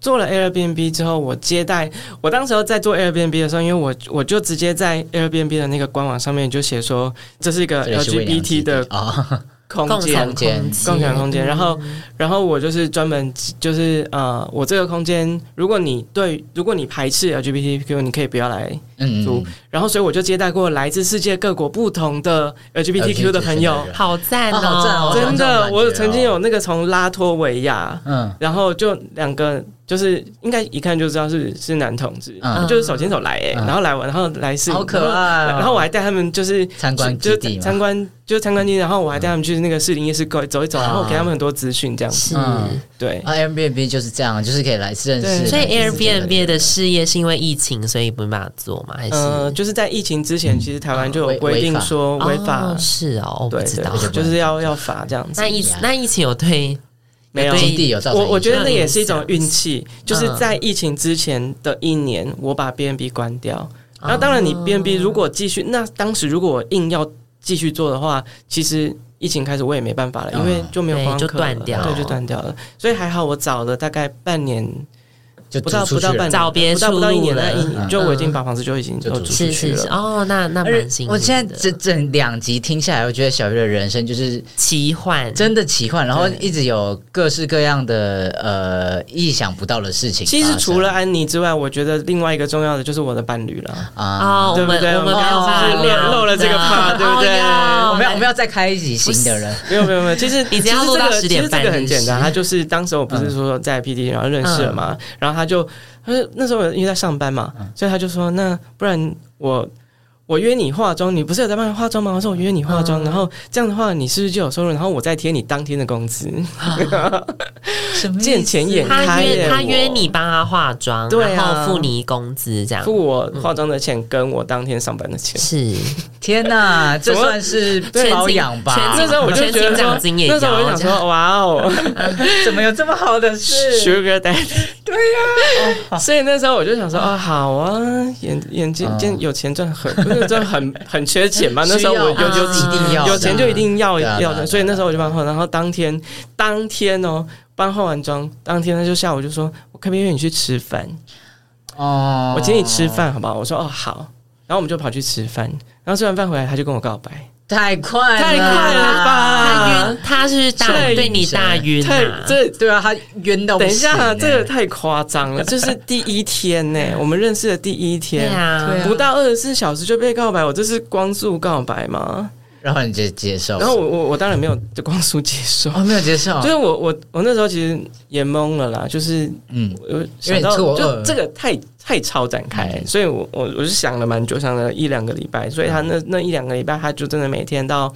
Speaker 3: 做了 Airbnb 之后，我接待我当时候在做 Airbnb 的时候，因为我我就直接在 Airbnb 的那个官网上面就写说这是一个
Speaker 1: 这个是喂粮
Speaker 3: LGBT
Speaker 1: 基地
Speaker 3: 的
Speaker 1: 啊，
Speaker 3: 空
Speaker 2: 共
Speaker 3: 间
Speaker 2: 享
Speaker 1: 空，间
Speaker 3: 共享空间。然后
Speaker 2: 嗯
Speaker 3: 然后我就是专门就是呃，我这个空间，如果你对如果你排斥 LGBTQ，你可以不要来
Speaker 1: 嗯
Speaker 3: 租。然后所以我就接待过来自世界各国不同的 LGBTQ 的朋友，
Speaker 2: 好赞哦，
Speaker 1: 啊好赞哦好
Speaker 3: 真
Speaker 1: 这种
Speaker 3: 的，
Speaker 1: 感觉
Speaker 3: 我
Speaker 1: 哦
Speaker 3: 曾经有那个从拉脱维亚。
Speaker 1: 嗯
Speaker 3: 然后就两个，就是应该一看就知道是是男同志，
Speaker 1: 嗯
Speaker 3: 就是手牵手来哎、
Speaker 1: 嗯
Speaker 3: 然后来完，然后来是，
Speaker 1: 好可爱哦
Speaker 3: 然后然后我还带他们就是
Speaker 1: 参观
Speaker 3: 就
Speaker 1: 基
Speaker 3: 就
Speaker 1: 地嘛嗯
Speaker 3: 参观就是参观基地，然后我还带他们去那个士林夜市走一走，然后我给他们很多资讯这样子，
Speaker 2: 是。
Speaker 1: 嗯
Speaker 3: 对，
Speaker 1: 啊，Airbnb 就是这样，就是可以来认识。
Speaker 3: 对
Speaker 2: 所以 Airbnb 的
Speaker 1: 是
Speaker 2: 事业是因为疫情，所以没办法做吗？还是
Speaker 3: 呃，就是在疫情之前，其实台湾就有
Speaker 1: 嗯违
Speaker 3: 规定说违法
Speaker 2: 哦，是哦，我不
Speaker 3: 对
Speaker 2: 知道。
Speaker 3: 对，就是要要罚这样子
Speaker 2: 那。疫
Speaker 1: 呀
Speaker 2: 那疫情有对
Speaker 3: 没有
Speaker 2: 对
Speaker 1: 基地有造成
Speaker 3: 我我觉
Speaker 1: 得
Speaker 3: 得那也是一种
Speaker 2: 影响
Speaker 3: 运气，就是
Speaker 1: 嗯
Speaker 3: 在疫情之前的一年，我把 B N B 关掉。然后当然，你 B N
Speaker 2: 哦
Speaker 3: B 如果继续，那当时如果我硬要继续做的话，其实疫情开始我也没办法了，
Speaker 1: 嗯
Speaker 3: 因为就没有
Speaker 2: 对
Speaker 3: 观光
Speaker 2: 就
Speaker 3: 客
Speaker 2: 断
Speaker 3: 了
Speaker 2: 掉
Speaker 3: 对，就断掉了。所以还好我找了大概半年，
Speaker 1: 就
Speaker 3: 不到
Speaker 1: 租出
Speaker 3: 不
Speaker 1: 去
Speaker 3: 到
Speaker 1: 了
Speaker 3: 半年，
Speaker 2: 找别
Speaker 3: 不到不到
Speaker 2: 出
Speaker 3: 一
Speaker 2: 路
Speaker 3: 年，
Speaker 2: 了
Speaker 3: 那一年
Speaker 1: 嗯
Speaker 3: 就我已经把房子就已经
Speaker 1: 就
Speaker 3: 都
Speaker 1: 租
Speaker 3: 租
Speaker 1: 出
Speaker 2: 是
Speaker 3: 出去
Speaker 2: 是是
Speaker 3: 了。
Speaker 2: 哦，那那
Speaker 1: 而
Speaker 2: 蛮幸运的。
Speaker 1: 我现在这这两集听下来，我觉得小鱼的人生就是
Speaker 2: 奇幻，
Speaker 1: 真的奇幻，然后一直有各式各样的呃意想不到的事情发生。
Speaker 3: 其实除了安妮之外，我觉得另外一个重要的就是我的伴侣了。
Speaker 1: 啊，
Speaker 2: 哦，我
Speaker 3: 对不
Speaker 2: 们
Speaker 3: 对
Speaker 2: 我们没有
Speaker 1: 我们
Speaker 2: 办
Speaker 1: 是
Speaker 2: 法
Speaker 1: 漏
Speaker 2: 聊
Speaker 3: 漏了这个
Speaker 2: 的
Speaker 3: part，对不对
Speaker 2: 哦
Speaker 1: 我们要我们要再开一集新的人，
Speaker 3: 没有没有没有，其实
Speaker 2: 你只要
Speaker 3: 其实
Speaker 2: 录到
Speaker 3: 这个
Speaker 2: 10点半
Speaker 3: 其实这个很简
Speaker 2: 日
Speaker 3: 单，
Speaker 2: 式
Speaker 3: 他就是当时我不是说在 PT 然后认识了
Speaker 2: 嗯
Speaker 3: 嘛，然后他就他就那时候因为在上班嘛，所以他就说那不然我。我约你化妆，你不是有在帮你化妆吗？我说我约你化妆，
Speaker 2: 嗯
Speaker 3: 然后这样的话，你是不是就有收入？然后我再贴你当天的 工资，
Speaker 1: 什么意思
Speaker 3: 见钱眼
Speaker 2: 他
Speaker 3: 开
Speaker 2: 约
Speaker 3: 耶。
Speaker 2: 他
Speaker 3: 我
Speaker 2: 约你帮他化妆，
Speaker 3: 对啊
Speaker 2: 然后付你工资这样。
Speaker 3: 付我化妆的钱，跟我当天上班的钱。
Speaker 2: 是，
Speaker 1: 天哪，这
Speaker 3: 怎么
Speaker 1: 算是
Speaker 2: 全
Speaker 1: 包养吧？
Speaker 2: 勤
Speaker 3: 那时候我就觉
Speaker 2: 全
Speaker 3: 得
Speaker 2: 勤
Speaker 3: 说
Speaker 2: 奖金也，
Speaker 3: 那时候我
Speaker 2: 有
Speaker 3: 就想说，哇哦，
Speaker 1: 怎么有这么好的事？
Speaker 3: Sugar Daddy，对
Speaker 1: 哦
Speaker 3: 呀、所以那时候我就想说，哦，好啊，眼眼睛
Speaker 1: 嗯
Speaker 3: 见有钱赚很，不是赚很 很缺钱嘛。那时候我
Speaker 1: 需要
Speaker 3: 有
Speaker 1: 啊
Speaker 3: 有
Speaker 1: 一定要的
Speaker 3: 有钱就一定要
Speaker 1: 对啊对啊
Speaker 3: 要
Speaker 1: 对啊
Speaker 3: 的，所以那时候我就帮他化，然后当天当天哦，帮化完妆，当天他就下午就说，我可不可以约你去吃饭？
Speaker 1: 哦
Speaker 3: 我请你吃，饭好不好？我说哦好，然后我们就跑去吃饭，然后吃完饭回来他就跟我告白，
Speaker 1: 太快
Speaker 3: 太快了
Speaker 2: 啊他
Speaker 3: 吧
Speaker 2: 约？他是大
Speaker 3: 太
Speaker 2: 对你大晕
Speaker 3: 太
Speaker 2: 啊，
Speaker 3: 这
Speaker 1: 对啊，他冤到不
Speaker 3: 等一
Speaker 1: 行
Speaker 3: 下，
Speaker 1: 欸
Speaker 3: 这个太夸张了，这是第一 天呢、我们认识的第一
Speaker 2: 对
Speaker 3: 天。
Speaker 1: 对啊
Speaker 2: 啊，
Speaker 3: 不到二十四小时就被告白，我这是光速告白吗？
Speaker 1: 然后你就接受，
Speaker 3: 然后我我我当然没有就光速接受，
Speaker 1: 哦没有接受
Speaker 3: 就，是我我我那时候其实也懵了啦，就是
Speaker 1: 嗯，
Speaker 3: 我我想到
Speaker 1: 有点错愕嗯
Speaker 3: 就这个太太超展开，所以我我我就想了蛮久，想了一两个礼拜，所以他那那一两个礼拜他就真的每天到。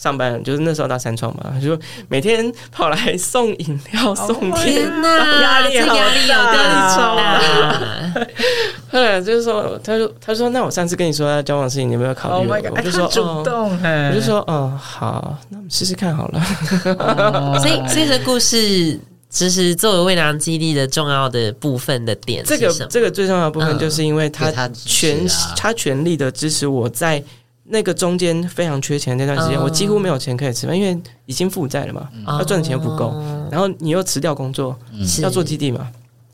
Speaker 3: 上班就是那时候到三创嘛，他就每天跑来送饮
Speaker 1: 哦
Speaker 3: 料、送
Speaker 2: 天
Speaker 3: 甜
Speaker 2: 哪，
Speaker 3: 压力
Speaker 2: 这
Speaker 3: 好
Speaker 2: 压力有
Speaker 3: 大
Speaker 2: 大
Speaker 3: 超
Speaker 2: 大，
Speaker 3: 后来就是说，他就他说，那我上次跟你说要交往的事情，你有没有考虑
Speaker 1: Oh
Speaker 3: 我？我就说，哦，
Speaker 1: 动哎
Speaker 3: 我就说，哦，好，那我们试试看好 了。
Speaker 2: 所以所以这故事就是作为未良基地的重要的部分的点
Speaker 3: 这
Speaker 2: 是
Speaker 3: 个
Speaker 2: 什么？嗯
Speaker 3: 这个最重要的部分，就是因为他
Speaker 1: 对他支持
Speaker 3: 全
Speaker 1: 啊
Speaker 3: 他全力的支持我在那个中间非常缺钱的那段时间，
Speaker 2: 嗯
Speaker 3: 我几乎没有钱可以吃饭，因为已经负债了嘛，他赚的钱又不够，
Speaker 2: 哦
Speaker 3: 然后你又辞掉工作，
Speaker 2: 是
Speaker 3: 要做基地嘛，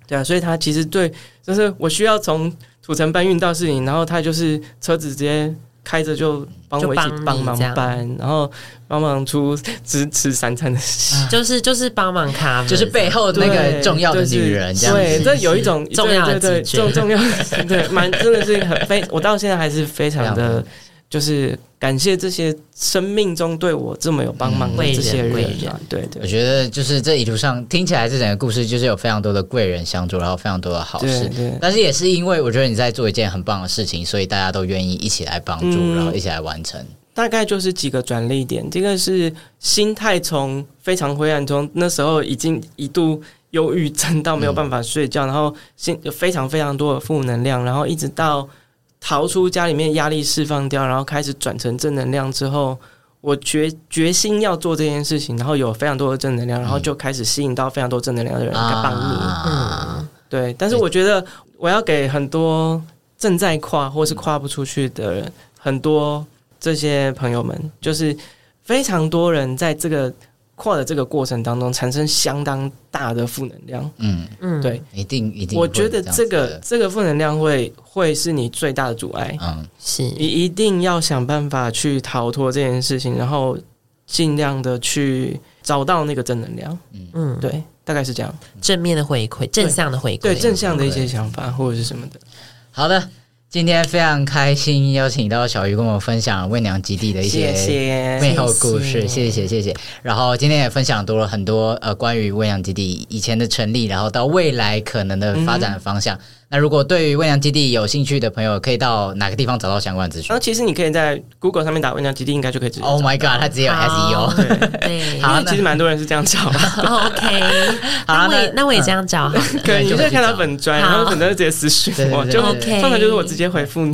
Speaker 3: 对啊，所以他其实对，就是我需要从土城搬运到市营，然后他就是车子直接开着就帮我一起
Speaker 2: 就帮
Speaker 3: 帮
Speaker 2: 你
Speaker 3: 忙
Speaker 2: 这样
Speaker 3: 搬，然后帮忙出只吃三餐的事。
Speaker 2: 就是就是帮忙 cover，
Speaker 1: 就是背后那个
Speaker 3: 对
Speaker 1: 重要的女人
Speaker 3: 就
Speaker 1: 这
Speaker 3: 是
Speaker 1: 样子，
Speaker 3: 对，这有一种
Speaker 2: 是重要的
Speaker 3: 对对对
Speaker 2: 直觉
Speaker 3: 重重要的对，蛮真的是很非，我到现在还是非常
Speaker 1: 非常
Speaker 3: 的，就是感谢这些生命中对我这么有帮忙的
Speaker 2: 嗯
Speaker 3: 这些
Speaker 2: 贵人贵
Speaker 3: 人
Speaker 2: 人
Speaker 3: 啊，对
Speaker 1: 我
Speaker 3: 对
Speaker 1: 觉得就是这一路上听起来，这整个故事就是有非常多的贵人相助，然后非常多的好
Speaker 3: 对
Speaker 1: 事。
Speaker 3: 对。
Speaker 1: 但是也是因为我觉得你在做一件很棒的事情，所以大家都愿意一起来帮助，
Speaker 3: 嗯
Speaker 1: 然后一起来完成。
Speaker 3: 大概就是几个转捩点，这个是心态从非常灰暗中，那时候已经一度忧郁症到没有办法睡觉，然后心有非常非常多的负能量，然后一直到逃出家里面压力释放掉，然后开始转成正能量之后，我决决心要做这件事情，然后有非常多的正能量，然后就开始吸引到非常多正能量的人来帮你。
Speaker 1: 啊，
Speaker 3: 对，但是我觉得我要给很多正在跨或是跨不出去的人，很多这些朋友们，就是非常多人在这个跨的这个过程当中产生相当大的负能量。
Speaker 1: 嗯，
Speaker 2: 嗯
Speaker 3: 对，
Speaker 1: 一定一定。
Speaker 3: 我觉得这个，这个负能量会会是你最大的阻碍，
Speaker 1: 嗯，
Speaker 2: 是
Speaker 3: 你一定要想办法去逃脱这件事情，然后尽量的去找到那个正能量。
Speaker 2: 嗯，
Speaker 3: 对，大概是这样。
Speaker 2: 正面的回馈，正向的回馈，
Speaker 3: 对正向的一些想法或者是什么的。
Speaker 1: 好的。今天非常开心，邀请到小鱼跟我分享魏娘基地的一些
Speaker 3: 谢谢。
Speaker 1: 背后故事，谢谢
Speaker 2: 谢
Speaker 1: 谢谢。然后今天也分享多了很多呃关于喂养基地以前的成立，然后到未来可能的发展方
Speaker 3: 嗯
Speaker 1: 向。那如果对于喂养基地有兴趣的朋友，可以到哪个地方找到相关资讯
Speaker 3: 然后其实你可以在 Google 上面打“温江基地”，应该就可以直接找。
Speaker 1: ？Oh my god，它只有 SEO。
Speaker 2: SEO，对，
Speaker 1: 好
Speaker 3: 因为其实蛮多人是这样找的，
Speaker 2: ，OK，
Speaker 1: 好
Speaker 2: 那我也
Speaker 1: 那
Speaker 2: 那我也这样找好了，
Speaker 3: 可能你就
Speaker 1: 就
Speaker 3: 会
Speaker 1: 去
Speaker 3: 看到
Speaker 1: 找
Speaker 3: 本专，
Speaker 2: 好
Speaker 3: 然后本专就直接私讯我，
Speaker 1: 对对对
Speaker 3: 就
Speaker 2: 对
Speaker 3: 通常就是我直接回复你。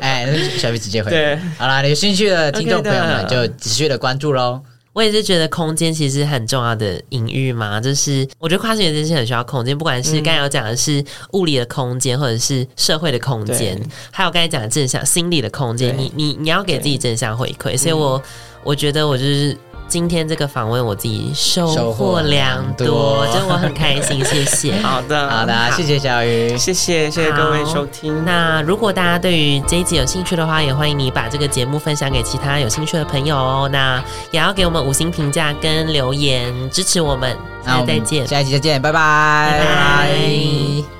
Speaker 1: 哎，那小 B 直接回。
Speaker 3: 对，
Speaker 1: 好啦，有兴趣的听众
Speaker 3: OK
Speaker 1: 朋
Speaker 3: 的
Speaker 1: 友们就持续的关注喽。
Speaker 2: 我也是觉得空间其实很重要的隐喻嘛，就是我觉得跨性别真是很需要空间，不管是刚才有讲的是物理的空间，或者是社会的空间
Speaker 3: 对，
Speaker 2: 还有刚才讲的正向心理的空间，
Speaker 3: 对
Speaker 2: 你你你要给自己正向回馈，所以我我觉得我就是。今天这个访问，我自己收
Speaker 1: 收
Speaker 2: 获
Speaker 1: 获
Speaker 2: 良
Speaker 1: 良
Speaker 2: 多，
Speaker 1: 多
Speaker 2: 就是我很开心，谢谢。
Speaker 3: 好的，
Speaker 1: 好的，谢谢小鱼，
Speaker 3: 谢谢谢谢各位
Speaker 2: 好
Speaker 3: 收听。
Speaker 2: 那如果大家对于这一集有兴趣的话，也欢迎你把这个节目分享给其他有兴趣的朋友哦。那也要给我们五星评价跟留言支持我们。
Speaker 1: 那
Speaker 2: 下
Speaker 1: 我
Speaker 2: 次
Speaker 1: 们
Speaker 2: 再见，
Speaker 1: 下一集再见，拜
Speaker 2: 拜拜